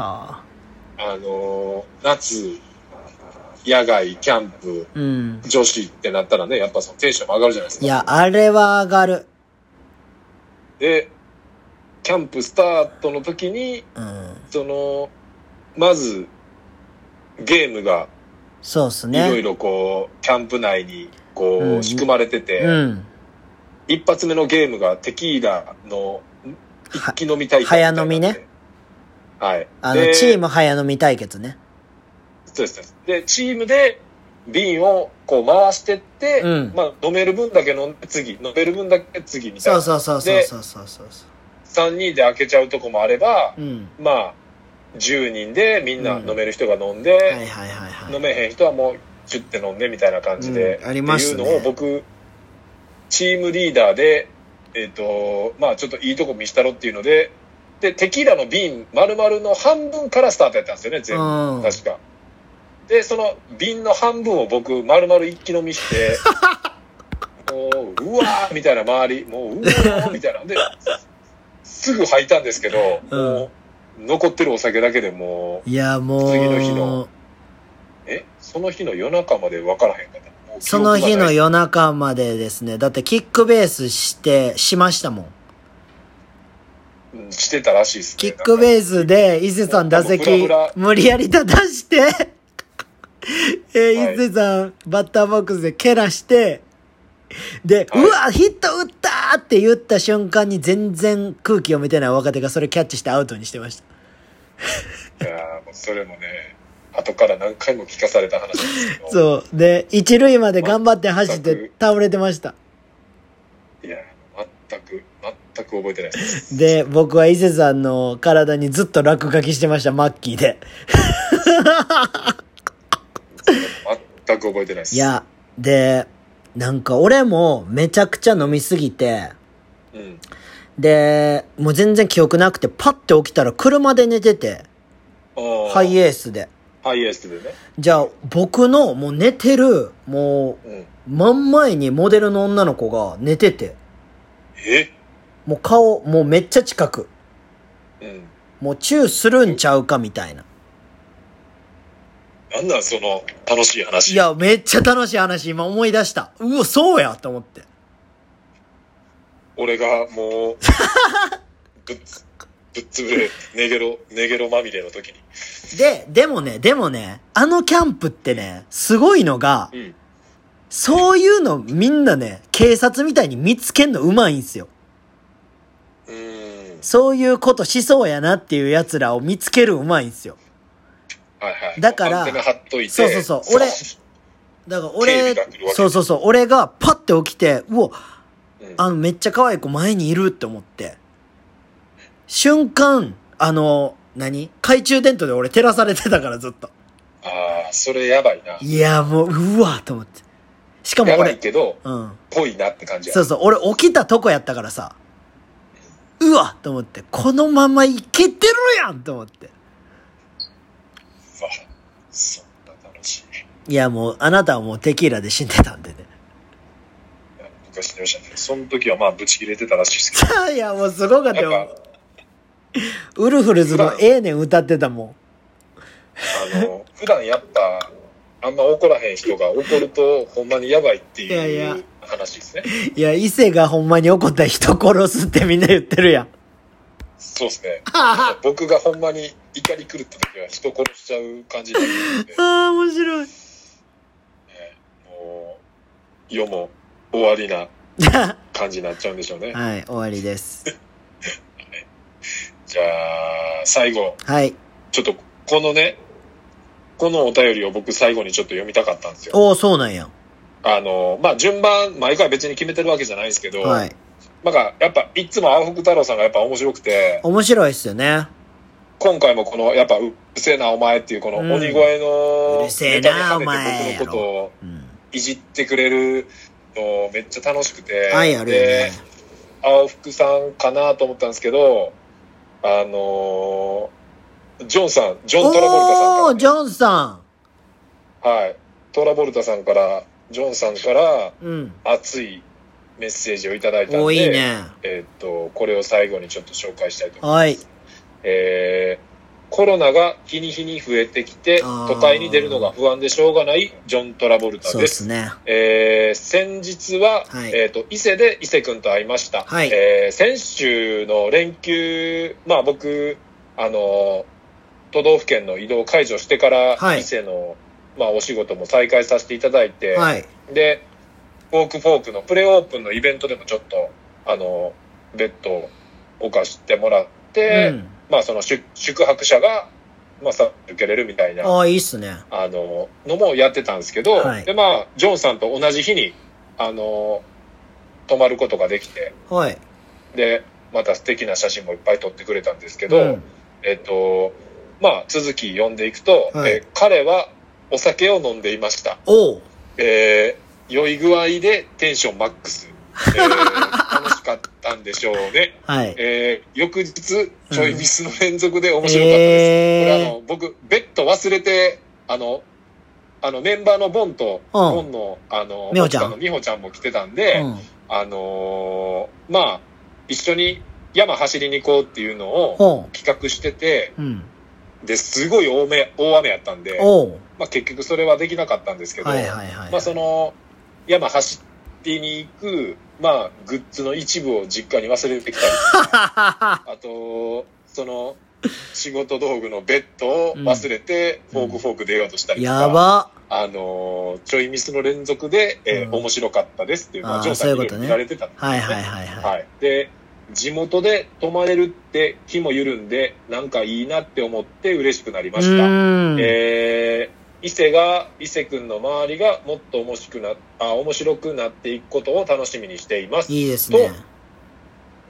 B: あのー夏、野外、キャンプ、
A: うん。
B: 女子ってなったらね、やっぱそのテンションも上がるじゃないですか。
A: いや、あれは上がる。
B: で、キャンプスタートの時に、
A: うん。
B: その、まず、ゲームが、
A: そうっす
B: いろい
A: ね。
B: ろこう、キャンプ内に、こう、
A: うん
B: 仕組まれてて、
A: うん。
B: 一発目のゲームがテキーラの、一気飲み大会みたいなので
A: 早飲みね。
B: はい。
A: あの、
B: で
A: チーム早飲み対決ね。
B: そうですそうです。で、チームで瓶をこう回してって、
A: うん
B: まあ飲める分だけ飲んで次、飲める分だけ次みたい
A: そ
B: な。
A: うそうそうそうそうそうそう。
B: 3人で開けちゃうとこもあれば、
A: うん。
B: まあ、10人でみんな
A: うん
B: 飲める人が飲ん
A: はいはい
B: で、
A: はいはい。
B: 飲めへん人はもう、チュッて飲んでみたいな感じで、
A: うんありましたね
B: っていうのを僕、チームリーダーで、えっ、と、まあちょっといいとこ見したろっていうので、で、テキーラの瓶丸々の半分からスタートやったんですよね、全部。
A: うん。
B: 確か。で、その瓶の半分を僕、丸々一気飲
A: [LAUGHS]
B: みして、もう、うわーみたいな周り、もう、うわーみたいな。で、すぐ吐いたんですけど、
A: うん
B: もう、残ってるお酒だけでもう、
A: いや、
B: 次の日の
A: もう、
B: えその日の夜中まで分からへんかった。もう記
A: そ
B: 憶が
A: の
B: ない
A: 日の夜中までですね。だってキックベースして、しましたもん。
B: うんしてたらしいですね。
A: キック
B: ー
A: ベースで、伊勢さん打
B: もう
A: 席
B: ブラブラ、
A: 無理やり立たして、
B: [LAUGHS]
A: えー
B: はい
A: 伊勢さん、バッターボックスで蹴らして、で、
B: はいう
A: わ、ヒット打ったーって言った瞬間に全然空気読めてない若手がそれキャッチしてアウトにしてました。
B: いやーもうそれもね、後から何回も聞かされた話なんですけど。
A: そう。で、一塁まで頑張って走っ
B: 全
A: て
B: く
A: 倒れてました。
B: いやー全く、全く覚えてないです。
A: で、僕は伊勢さんの体にずっと落書きしてました、マッキーで。
B: 全く覚えてないです。
A: い、や、で、なんか俺もめちゃくちゃ飲みすぎて、
B: うん。
A: で、もう全然記憶なくて、パッて起きたら車で寝てて、ハ
B: ハ
A: イエースで。
B: ハイエースでね。
A: じゃあ、僕のもう寝てる、も
B: うん。
A: う、真ん前にモデルの女の子が寝てて、
B: え
A: もう顔、もうめっちゃ近く、
B: うん。
A: もうチューするんちゃうかみたいな。
B: なんなんその楽しい話。
A: いや、めっちゃ楽しい話、今思い出した。うわ、そうやと思って。
B: 俺が
A: [LAUGHS]
B: もう、ぶっつ、ぶっつぶれ、ネゲロ、ネゲロまみれの時に。
A: で、でもね、でもね、あのキャンプってね、すごいのが、
B: うん。
A: そういうのみんなね、警察みたいに見つけんのうまいんすよ。
B: うーん。
A: そういうことしそうやなっていう奴らを見つけるうまいんすよ。
B: はいはい。
A: だから
B: アンテナ張っといて。
A: そうそうそう俺だから俺
B: 警備が来るわけ、
A: そうそうそう、俺がパッて起きて、うお、
B: うん、
A: あのめっちゃ可愛い子前にいるって思って。瞬間、あの、何懐中電灯で俺照らされてたからずっと。
B: あーそれやばいな。
A: いや、もう、うわと思って。しかも
B: やばい
A: 俺、
B: けど、
A: うん。
B: ぽいなって感じや
A: そうそう、俺起きたとこやったからさ。うわと思って、このままいけてるやんと思って。
B: わ、そんな楽しい。
A: いや、もう、あなたはもうテキーラで死んでたんでね。
B: いや昔におっしゃって、その時はまあ、ブチ切れてたらしいですけ
A: いや、もうすごかった
B: ど、やっ
A: よ。ウルフルズのええねん歌ってたもん。
B: ぱ、あの、普段やっぱ、あんま怒らへん人が怒ると、ほんまにやばいって
A: いやい
B: い
A: や
B: う話ですね。
A: いや、伊勢がほんまに怒ったら人殺すってみんな言ってる
B: [LAUGHS]
A: やん。
B: そうですね。
A: あ
B: 僕がほんまに怒り狂った時は人殺しちゃう感じになる
A: [LAUGHS]
B: んで、
A: あ、面白い。
B: もう、世も終わりな感じになっちゃうんでしょうね。
A: はい、終わりです。
B: じゃあ、最後、
A: はい。
B: ちょっと、このね、このお便りを僕最後にちょっと読みたかったんですよ。
A: おお、そうなんや。
B: あの、まあ、順番、毎回別に決めてるわけじゃないんですけど、
A: はい。
B: なんか、やっぱ、いつも青福太郎さんがやっぱ面白くて、
A: 面白いっすよね。
B: 今回もこの、やっぱ、うっせえなお前っていう、この
A: うん
B: 鬼越の、
A: うるせえな
B: ネタに跳ねて僕のこと
A: お
B: を
A: うん。
B: いじってくれるのめっちゃ楽しくて、
A: 愛あるよね
B: で。青福さんかなと思ったんですけど、あのージョンさん、ジョン・トラボルタ
A: お
B: さんか
A: お、ジョンさ
B: はい。トラボルタさんから、ジョンさんから
A: ん。うん。
B: 熱いメッセージをいただいたんで、
A: おーいいね。
B: えーっと、これを最後にちょっと紹介したいと思います。
A: はい。
B: えーコロナが日に日に増えてきて、
A: あー
B: 都会に出るのが不安でしょうがないジョン・トラボルタ
A: そう
B: で。
A: ですすね。
B: えー先日は、
A: はい
B: えーっと、伊勢で伊勢くんと会いました。
A: はい
B: えー先週の連休、まあ僕、あのー都道府県の移動解除してから、
A: はい
B: 伊勢の、まあお仕事も再開させていただいて、
A: はい。
B: で、フォークフォークのプレオープンのイベントでもちょっと、あの、ベッドを置かしてもらっ
A: う
B: て、
A: ん。
B: まあその宿宿泊者が、まあさ、受けれるみたいな、
A: ああ、いいっすね。
B: あの、のもやってたんですけど、
A: はい
B: でまあ、ジョンさんと同じ日に、あの、泊まることができて、
A: はい。
B: で、また素敵な写真もいっぱい撮ってくれたんですけど、
A: うん。
B: えっと、まあ、続き読んでいくと、
A: はい
B: え彼はお酒を飲んでいました。
A: おお。
B: えー、良い具合でテンションマックス。えー楽しかったんでしょうね。
A: はい。
B: えー、翌日、ちょいミスの連続で面白かったです。これあ
A: え
B: の、僕、ベッド忘れて、あの、あの、メンバーのボンと、
A: うん
B: ボンの、あの、
A: 美穂ちゃん
B: 奥さの美穂ちゃんも来てたん
A: え
B: で、
A: うん。
B: あのーまあ、一緒に山走りに行こうっていうのを
A: ほ
B: 企画してて、
A: う。うん。
B: で、すごい大雨、大雨やったんで、
A: おお。
B: まあ結局それはできなかったんですけど、
A: はいはいはい。
B: まあその、山走りに行く、まあ、グッズの一部を実家に忘れてきたりとか、あと、その、仕事道具のベッドを忘れて、
A: う
B: フ
A: ん
B: ォークフォーク出ようとしたりとか、
A: [LAUGHS] やば。
B: あのーちょいミスの連続で、えー
A: うん
B: 面白かったですっていうの
A: あ
B: は、
A: ー
B: ジョーさん
A: そういう
B: に
A: ことね
B: 言われてたんですよ
A: はいはいはいはい。
B: はい。で、地元で泊まれるって気も緩んで、なんかいいなって思って嬉しくなりました。
A: うーん。
B: えー伊勢が伊勢くんの周りがもっと面白くなあ面白くなっていくことを楽しみにしています。
A: いいですね。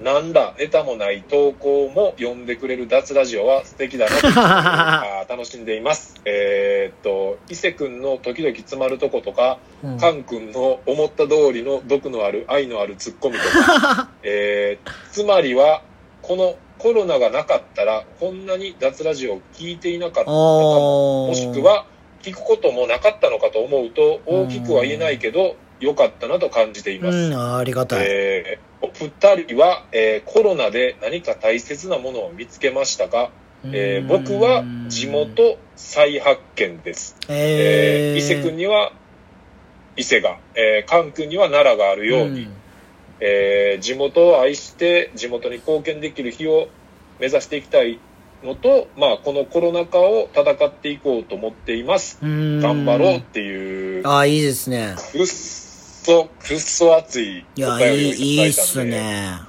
B: なんだネタもない投稿も読んでくれる脱ラジオは素敵だなとあー楽しんでいます。えーっと伊勢くんの時々詰まるとことか、
A: [LAUGHS] うん
B: カンくんの思った通りの毒のある愛のあるツッコミと
A: [LAUGHS]
B: か、えーつまりはこのコロナがなかったらこんなに脱ラジオを聞いていなかったのかも
A: おー
B: もしく。は聞くこともなかったのかと思うと大きくは言えないけど良かったなと感じていま
A: う
B: す。
A: ん、ありがたい。
B: えーお二人は、えーコロナで何か大切なものを見つけましたが、えー
A: うーん
B: 僕は地。元再発見です。
A: え
B: えー
A: ー、
B: 伊勢くんには伊勢が、えー、関くんには奈良があるように、
A: ん
B: えー地元を愛して地元に貢献できる日を目指していきたいのと、まあ、このコロナ禍を戦っていこうと思っています。
A: うーん
B: 頑張ろうっていう、
A: ああ、いいですね。
B: くっそ、くっそ熱い
A: い
B: お
A: や、
B: 便
A: い
B: り
A: い
B: を、
A: いい
B: い
A: ったす
B: だいたんで、
A: ね。
B: ま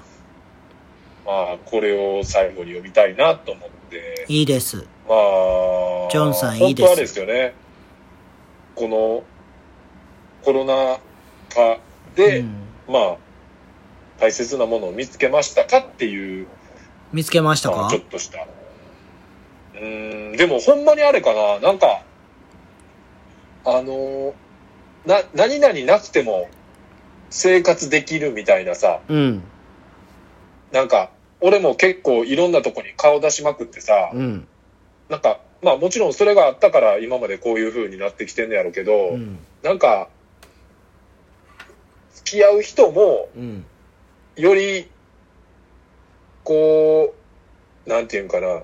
B: あ、これを最後に読みたいなと思って、
A: いいです。
B: まあ、
A: ジョンさんいいで
B: 本
A: す
B: 当はあれですよね、このコロナ禍で、
A: うん
B: まあ、大切なものを見つけましたかっていう、
A: 見つけました
B: まあ
A: か
B: ちょっとした。うーん、でもほんまにあれかな、なんか、あの、な、何々なくても生活できるみたいなさ、
A: うん。
B: なんか、俺も結構いろんなとこに顔出しまくってさ、
A: うん
B: なんか、まあもちろんそれがあったから今までこういう風になってきてんのやろうけど、
A: うん
B: なんか、付き合う人も、
A: うん
B: より、こう、なんていうんかな、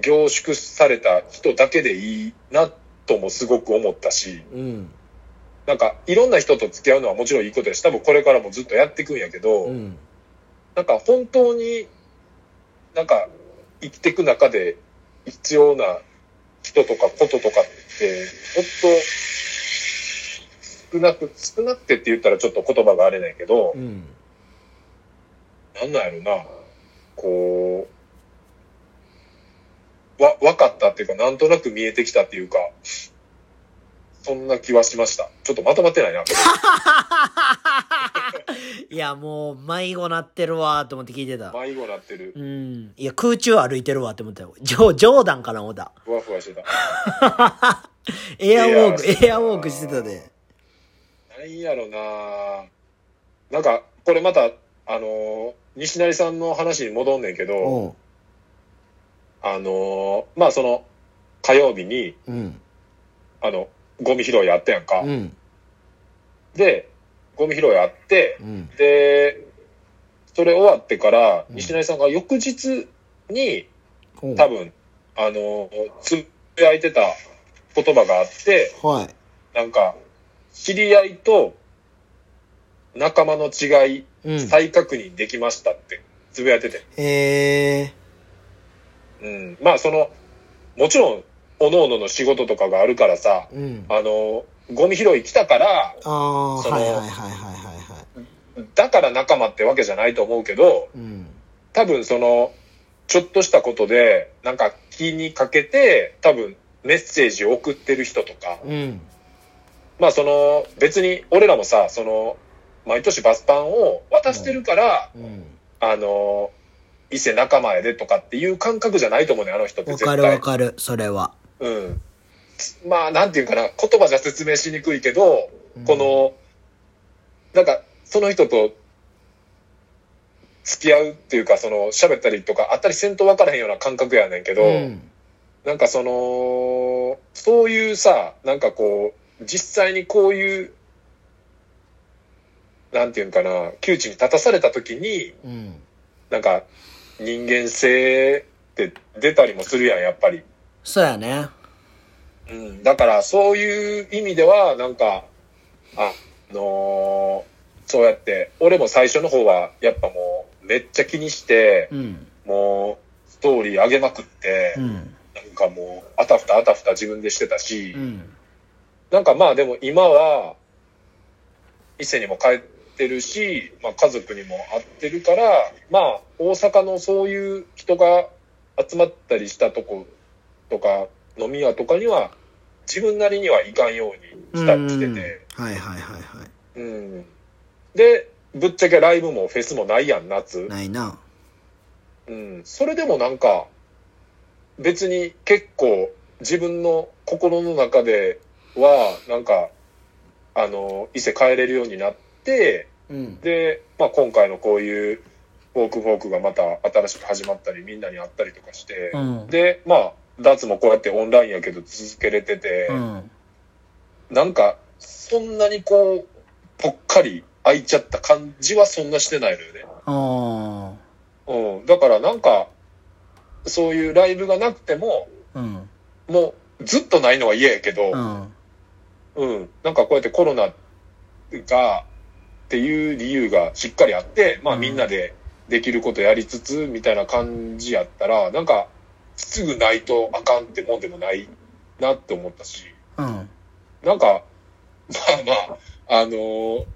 B: 凝縮された人だけでいいなともすごく思ったし、
A: うん
B: なんか、いろんな人と付き合うのはもちろんいいことやし、多分これからもずっとやっていくんやけど、
A: うん
B: なんか本当になんか生きていく中で必要な人とかこととかって、もっと少なく、少なくてって言ったらちょっと言葉があれないけど
A: う、ん
B: なんなんやろな、こう、わ、分かったっていうか、なんとなく見えてきたっていうか、そんな気はしました。ちょっとまとまってないな。
A: いやもう迷子なってるわーと思って聞いてた
B: 迷子なってる
A: う。んいや空中歩いてるわって思ったよジョ冗談かな思った
B: ふわふわしてた。
A: エアウォー
B: いや
A: クエアウォークしてたで
B: なんやろななんか、これまた、あのー西成さんの話に戻んねんけど、
A: おう
B: あのーまあその、火曜日に、
A: うん
B: あの、ゴミ拾いあったやんか。
A: うん
B: で、ゴミ拾いあって、
A: うん
B: で、それ終わってから、
A: うん
B: 西成さんが翌日に、
A: おう
B: 多分、あのーつぶやいてた言葉があって、
A: はい
B: なんか、知り合いと仲間の違い、
A: うん
B: 再確認できましたって、つぶやいてて。
A: え
B: うん。まあ、その、もちろん、各々の仕事とかがあるからさ、
A: ー、うん
B: あの、ゴミ拾い来たか
A: あ
B: ら、
A: あ
B: そ
A: ー
B: の
A: はいはいはいはいはいはい
B: だから仲間ってわけじゃないと思うけど、
A: うん
B: 多分その、ちょっとしたことで、なんか気にかけて、多分メッセージを送ってる人とか、
A: うん
B: まあその、別に俺らもさ、その、毎年バスパンを渡してるから、
A: うん
B: あの、伊勢仲間やでとかっていう感覚じゃないと思うね、あの人って
A: わ
B: 絶
A: か
B: 対。
A: るわかるそれは
B: うん。まあ、なんていうかな、言葉じゃ説明しにくいけど、この、なんか、その人と付き合うっていうか、その、喋ったりとか、あったりせんと分からへんような感覚やねんけど、
A: うん
B: なんかその、そういうさ、なんかこう、実際にこういう、なんていうんかな、窮地に立たされた時に、
A: うん
B: なんか、人間性って出たりもするやん、やっぱり。
A: そうやね
B: うん、だからそういう意味ではなんかああのーそうやって俺も最初の方はやっぱもうめっちゃ気にして
A: うん
B: もうストーリー上げまくって、
A: うん
B: なんかもうあたふたあたふた自分でしてたし、
A: うん
B: なんかまあでも今は伊勢にも帰ってるし、まあ、家族にも会ってるからまあ大阪のそういう人が集まったりしたとことか飲み屋とかには自分なりにはいかんようにした来てて、
A: うんはいはいはいは
B: うん、でぶっちゃけライブもフェスもないやん夏
A: い、ないな
B: うん、それでもなんか別に結構自分の心の中ではなんかあの伊勢帰れるようになって
A: うん
B: で、まあ、今回のこういうフォークフォークがまた新しく始まったりみんなに会ったりとかして
A: う、ん
B: でまあ脱もこうやってオンラインやけど続けれてて、
A: うん
B: なんかそんなにこうぽっかり空いちゃった感じはそんなしてないのよね。
A: あ
B: うん、だからなんか、そういうライブがなくても、
A: あうん
B: もうずっとないのは嫌やけ
A: う
B: ど、
A: ん
B: うん、なんかこうやってコロナが、っていう理由がしっかりあって、まあ
A: うん
B: みんなでできることやりつつ、みたいな感じやったら、なんか、すぐないとあかんってもんでもないなって思ったし、
A: うん
B: なんか、まあまあ、あのー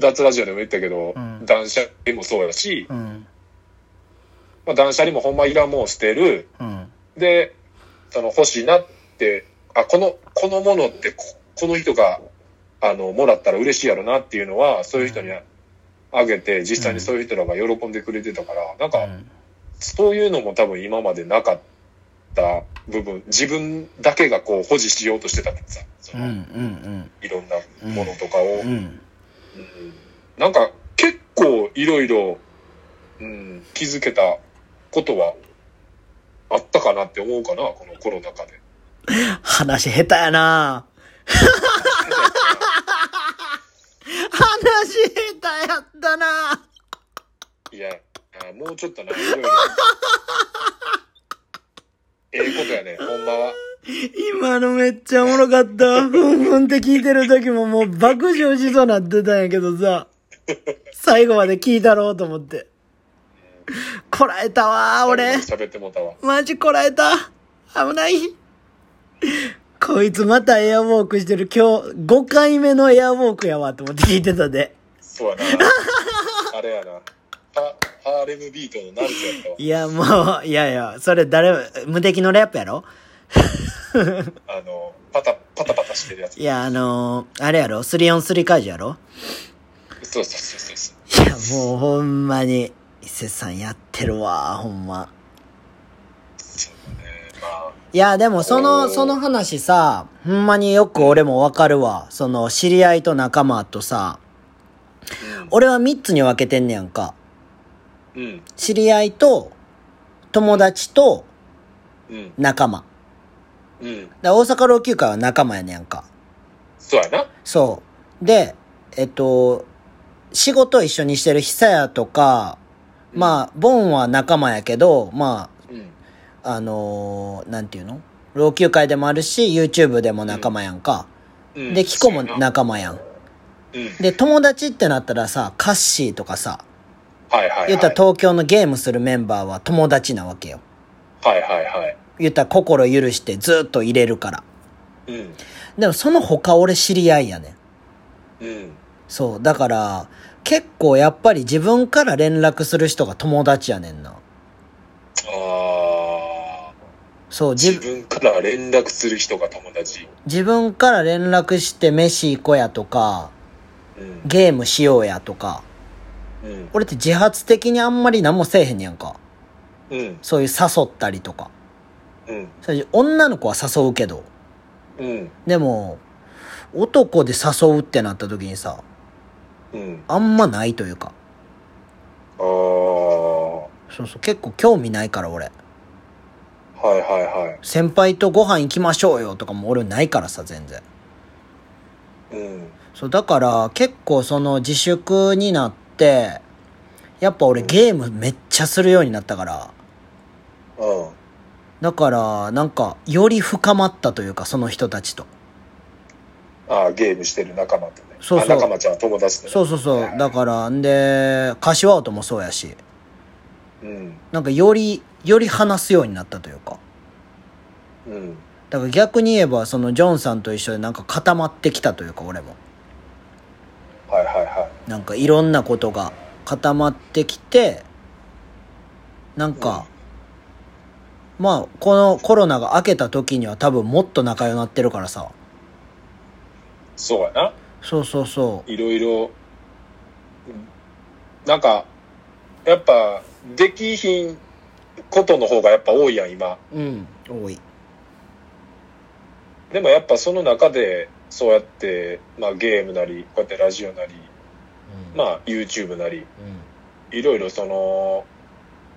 B: 脱ラジオでも言ったけど、
A: うん
B: 断捨離もそうやし、
A: うん
B: まあ断捨離もほんまいらんもんしてる、
A: うん
B: で、その欲しいなって、あ、この、このものってこ、この人が、あの、もらったら嬉しいやろなっていうのは、そういう人にああげて、実際にそういう人らが喜んでくれてたから、なん
A: う
B: か、
A: ん
B: そういうのも多分今までなかった部分、自分だけがこう保持しようとしてたからさ、そ
A: うんう
B: の
A: ん
B: いろんなものとかを。
A: うんうん
B: うんなんか、結構いろいろ、うん、気づけたことはあったかなって思うかな、このコロナ禍で。
A: 話下手やな話下手やったない
B: や、あもうちょっとな、いろいろ。ええことやね、ほんまは。
A: 今のめっちゃおもろかった。ふんふんって聞いてる時ももう爆笑しそうなってたんやけどさ。最後まで聞いたろうと思って。こらえたわー、俺。
B: 喋ってもうたわ。
A: マジこらえた。危ない。こいつまたエアウォークしてる。今日5回目のエアウォークやわと思って聞いてたで。
B: そうやな。あれやな。ハハーレムビートのナルトやったわ。
A: いや、もう、いやいや、それ誰も、無敵のラップやろ
B: あの、パタ、パタパタしてるやつ。
A: いや、あのーあれやろ ?3on3 会場やろ
B: そうそうそうそうそう。
A: いや、もうほんまに、伊勢さんやってるわ、ほんま。
B: えー、まあ、
A: いや、でもその、
B: おー
A: その話さ、ほんまによく俺もわかるわ。その、知り合いと仲間とさ、俺は3つに分けてんねやんか。
B: うん、うん、
A: 知り合いと、友達と、
B: うん、
A: 仲間。
B: うん。
A: だから大阪老朽会は仲間やねやんか。
B: そうやな。
A: そう。で、えっと、仕事一緒にしてる久屋とか、まあ、ボンは仲間やけど、ま
B: うん、
A: あ、あのーなんていうの老朽会でもあるし、YouTube でも仲間やんか。
B: うん。
A: で、キコも
B: そうやな。
A: 仲間やん。
B: うん。
A: で、友達ってなったらさ、カッシーとかさ、
B: はいはいはい。
A: 言ったら東京のゲームするメンバーは友達なわけよ。
B: はいはいはい。
A: 言ったら心許してずっと入れるから。
B: うん、
A: でもその他俺知り合いやねん。
B: うん。
A: そう。だから、結構やっぱり自分から連絡する人が友達やねんな。
B: あー。
A: そう、
B: 自
A: 自
B: 分から連絡する人が友達。
A: 自分から連絡して飯行こうやとか、
B: うん、
A: ゲームしようやとか、
B: うん、
A: 俺って自発的にあんまり何もせえへんねやんか。
B: うん、
A: そういう誘ったりとか。
B: うん、
A: そういう女の子は誘うけど、
B: うん、
A: でも、男で誘うってなった時にさ、
B: うん。
A: あんまないというか。
B: あー。
A: そうそう、結構興味ないから俺。
B: はいはいはい。
A: 先輩とご飯行きましょうよとかも俺ないからさ、全然。
B: うん。
A: そう、だから結構その自粛になって、やっぱ俺ゲームめっちゃするようになったから、
B: うん。
A: だからなんかより深まったというか、その人たちと。
B: ああ、ゲームしてる仲間とね。
A: そうそう
B: あ仲間ちゃん、友達とね。
A: そうそうそう、だから、んで、柏音もそうやし、
B: うん。
A: なんかより、より話すようになったというか。
B: うん。
A: だから逆に言えば、そのジョンさんと一緒でなんか固まってきたというか、俺も。
B: はいはいは
A: なんかいろんなことが固まってきて、なんか、まあ、このコロナが明けた時には多分もっと仲良くなってるからさ。
B: い。そうやな。
A: そうそうそう。
B: いろいろ。うんなんか、やっぱ、できひんことの方がやっぱ多いやん、今。
A: うん、多い。
B: でもやっぱその中で、そうやって、まあゲームなり、こうやってラジオなり、まあ YouTube なり、いろいろその、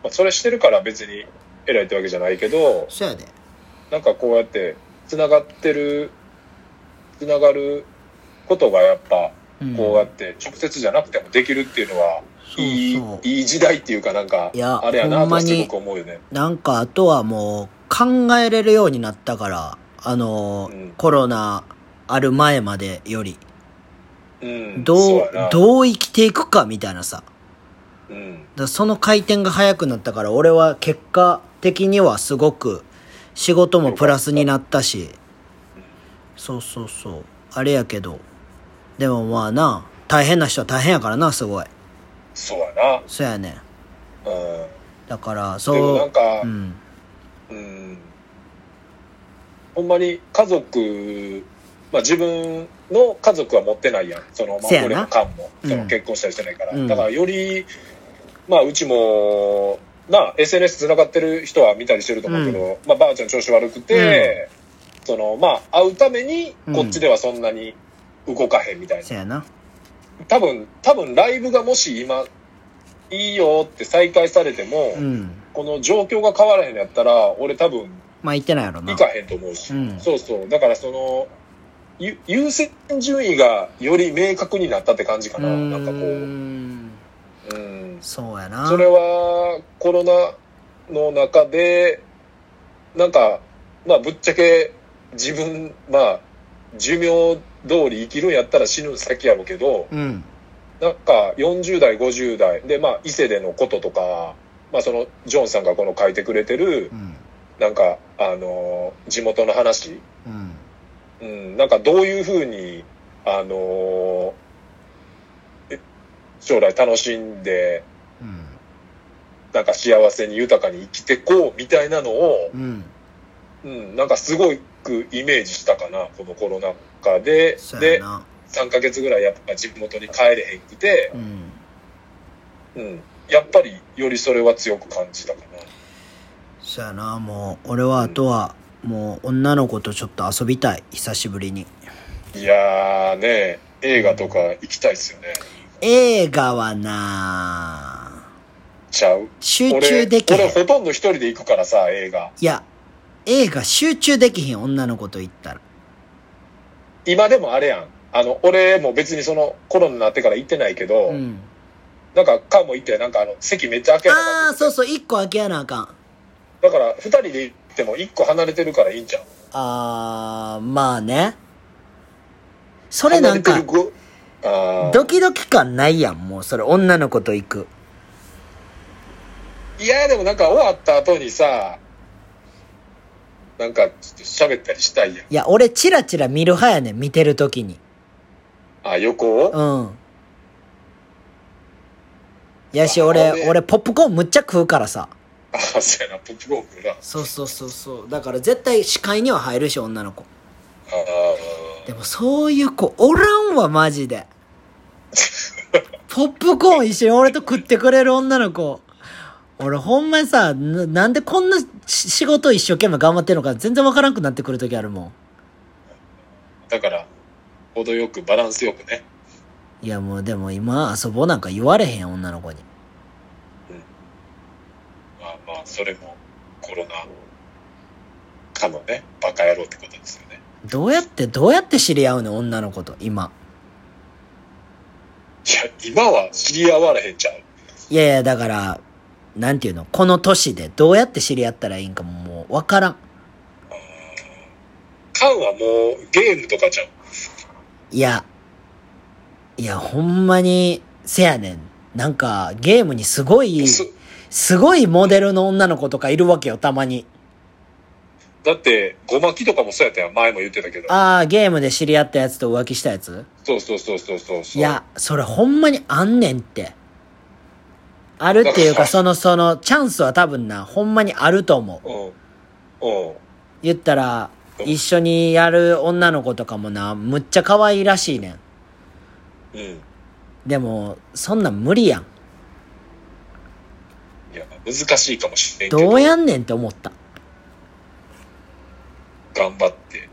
B: まあ、それしてるから別に偉いってわけじゃないけど、
A: そやで。
B: なんかこうやってつながってるつながることがやっぱ
A: うん
B: こうやって直接じゃなくてもできるっていうのは、いい
A: そうそう
B: いい時代っていうかなんか
A: いや
B: あれや
A: ほ
B: なんと
A: ま
B: は
A: に
B: すごく思うよね。
A: なんかあとはもう考えれるようになったから、あの、
B: うん
A: コロナある前までより、
B: うん、
A: どう
B: そやな、
A: どう生きていくかみたいなさ。
B: うん
A: だからその回転が速くなったから俺は結果的にはすごく仕事もプラスになったしそうそうそうあれやけどでもまあな大変な人は大変やからなすごい
B: そうや
A: そうやねん
B: な、うん、
A: だから
B: でもな
A: そ
B: ん
A: う
B: か、
A: うん
B: うん、ほんまに家族、まあ、自分の家族は持ってないやんその、まあ、
A: せやな
B: 俺の間も、
A: うん
B: その結婚したりしてないから、
A: うん
B: だからより、まあ、うちもな SNS つながってる人は見たりしてると思うけど、まあ、ばあちゃん調子悪くて、そのまあ、会うために
A: うん
B: こっちではそんなに動かへんみたいな
A: そうやな
B: 多分多分ライブがもし今いいよって再開されても、
A: うん。
B: この状況が変わらへんのやったら、俺多分
A: まあ行ってないやろな。
B: 行かへんと思うし、
A: うん
B: そうそう。だからその、ゆ優先順位がより明確になったって感じか
A: う
B: な。
A: ーん
B: なんかこう、うん。
A: そうやな。
B: それはコロナの中で、なんか、まあぶっちゃけ自分、まあ、寿命通り生きるんやったら死ぬ先やろうけど、
A: うん。
B: なんか40代、50代で、まあ、伊勢でのこととか、まあ、そのジョンさんがこの書いてくれてる
A: う、ん。
B: なんか、あのー地元の話、
A: うん。
B: うん、なんかどういうふうに、あのーえ将来楽しんで、
A: うん。
B: なんか幸せに豊かに生きてこうみたいなのを、
A: うん。
B: うん、なんかすごくイメージしたかな、このコロナ禍で。
A: そうや
B: で、
A: な。
B: 3ヶ月ぐらいやっぱ地元に帰れへんくて
A: う、ん。
B: うん、やっぱりよりそれは強く感じたかな。
A: そうやな。もう、俺はあとは、もう女の子とちょっと遊びたい。久しぶりに。
B: いやーね、映画とか行きたいっすよね。
A: 映画はな
B: ちゃう。
A: 集中
B: 俺、
A: できへ
B: 俺
A: ん。
B: ほとんど一人で行くからさ、映画。
A: いや、映画集中できへん。女の子と言ったら。
B: 今でもあれやん。あの、俺も別にそのコロナになってから行ってないけど、
A: うん。
B: なんかカも行って、なんかあの、席めっちゃ開けなか
A: あ
B: っ
A: あ、そうそう。一個開けやなあかん。
B: た。だから、二人で行っても一個離れてるからいいんじゃん。
A: あー、まあね。そ
B: こ
A: れなんか、
B: あ
A: ドキドキ感ないやん。もうそれ、女の子と行く。
B: ーいやでもなんか終わった後にさ、なんかちょっと喋ったりしたいやん。
A: いや、俺、チラチラ見る派やねん。見てるときに。
B: [LAUGHS] あ、横を
A: うん。やし、
B: あ
A: 俺
B: 俺、
A: 俺、ポップコーンむっちゃ食うからさ。
B: あ、そうやな、ポップコーン食うな。あ
A: そうそうそうそう。だから絶対視界には入るし、女の子。
B: ー
A: でもそういう子おらんわ、マジで。ポップコーン一緒に俺と食ってくれる女の子。俺ほんまにさ、ななんでこんなし仕事一生懸命頑張ってるのか全然わからんくなってくる時あるも
B: だから、程よくバランスよくね。
A: ん。いやもうでも今遊ぼうなんか言われへん女の子に。
B: まあまあ、それもコロナかのね、バカ野郎ってことですよね。
A: どうやって、どうやって知り合うの女の子と今。
B: いや、今は知り合われへんちゃう。
A: いやいや、だから、なんていうの、この年でどうやって知り合ったらいいんかももうわからん。
B: カンはもうゲームとかちゃう。
A: いや、いや、ほんまに、せやねん。なんか、ゲームにすごい、
B: そ
A: すごいモデルの女の子とかいるわけよ、たまに。
B: だって、ごまきとかもそうやったやん。前も言ってたけど。
A: ああ、ゲームで知り合ったやつと浮気したやつ
B: そうそうそうそうそうそう。
A: いや、それほんまにあんねんって。あるっていうか、その、その、チャンスは多分な、ほんまにあると思う。
B: うん。うん。
A: 言ったら、一緒にやる女の子とかもな、むっちゃ可愛いらしいねん。
B: うん。
A: でも、そんなん無理やん。
B: いや、難しいかもしれんけど。
A: どうやんねんって思った。
B: 頑張って。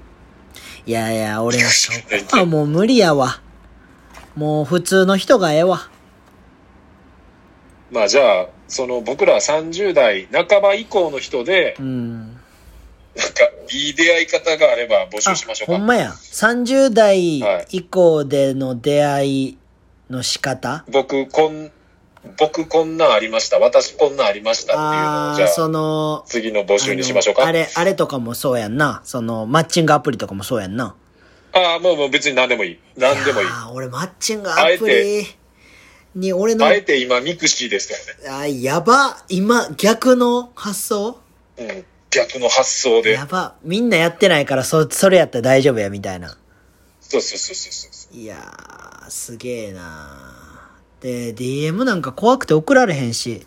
A: いやいや、俺はそこはもう無理やわ。もう普通の人がええわ。
B: まあじゃあ、その僕ら30代半ば以降の人で
A: う、ん。
B: なんか、いい出会い方があれば募集しましょうか。
A: ほんまや。30代
B: はい
A: 以降での出会いの仕方、
B: 僕こん、僕こんなんありました、私こんなんありましたっていうのを、
A: あ
B: じゃ
A: あ、
B: あ、
A: その、
B: 次の募集にしましょう
A: あ
B: か。
A: のあ
B: あ
A: れ、あれとかもそうやんな。その、マッチングアプリとかもそうやんな。
B: あー、もうもう別に何でもいい。何でもいい。
A: ああ、俺マッチングアプリに俺の、
B: あ
A: あ
B: えて今、ミクシーですか
A: あやば。今、逆の発想
B: らね。うん。逆の発想で
A: や。ば。みんなやってないから、そ、それやったら大丈夫や、みたいな。
B: そうそうそうそうそ
A: いやー、すげえなーで、DM なんか怖くて送られへんし。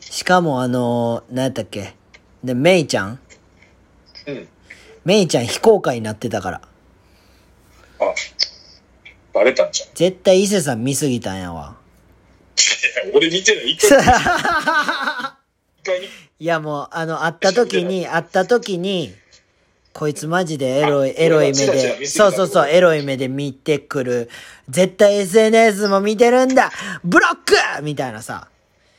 A: しかもあのー、何やったっけで、メイちゃん
B: う。うん。
A: メイちゃん非公開になってたから。
B: あ、バレたんじ [LAUGHS] ゃん。
A: 絶対伊勢さん見すぎたんやわ。
B: いや俺見てない。一
A: [LAUGHS]
B: 回一回に。
A: いやもう、あの、会った時に、会った時に、こいつマジでエロい、エロい目
B: チラチラ
A: で、
B: 見す
A: そ
B: ぎた
A: うそうそう、エロい目で見てくる。絶対 SNS も見てるんだブロックみたいなさ、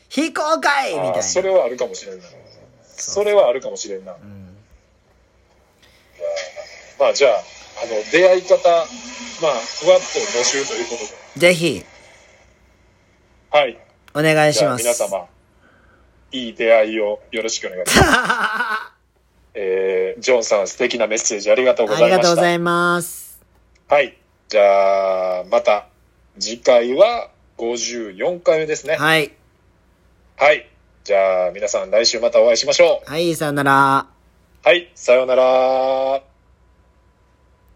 A: 非公開みたい
B: あ
A: な。
B: あ、それはあるかもしれんな。それはあるかもしれんな。
A: うん
B: まあじゃあ、あの、出会い方、まあ、ふわっと募集ということで。
A: ぜひ、
B: はい。
A: お願いし
B: じゃあ
A: ます。
B: 皆様、いい出会いをよろしくお願いし
A: [LAUGHS]
B: ます。えー、ジョンさん素敵なメッセージありがとうご
A: あ
B: ざ
A: り
B: いま
A: がとう
B: し
A: ご
B: た
A: ざ。います。
B: はい。じゃあ、また、次回は54回目ですね。はい。
A: はい。
B: じゃあ、皆さん来週またお会いしましょ
A: はい、さよなら。
B: う。はい。さようなら。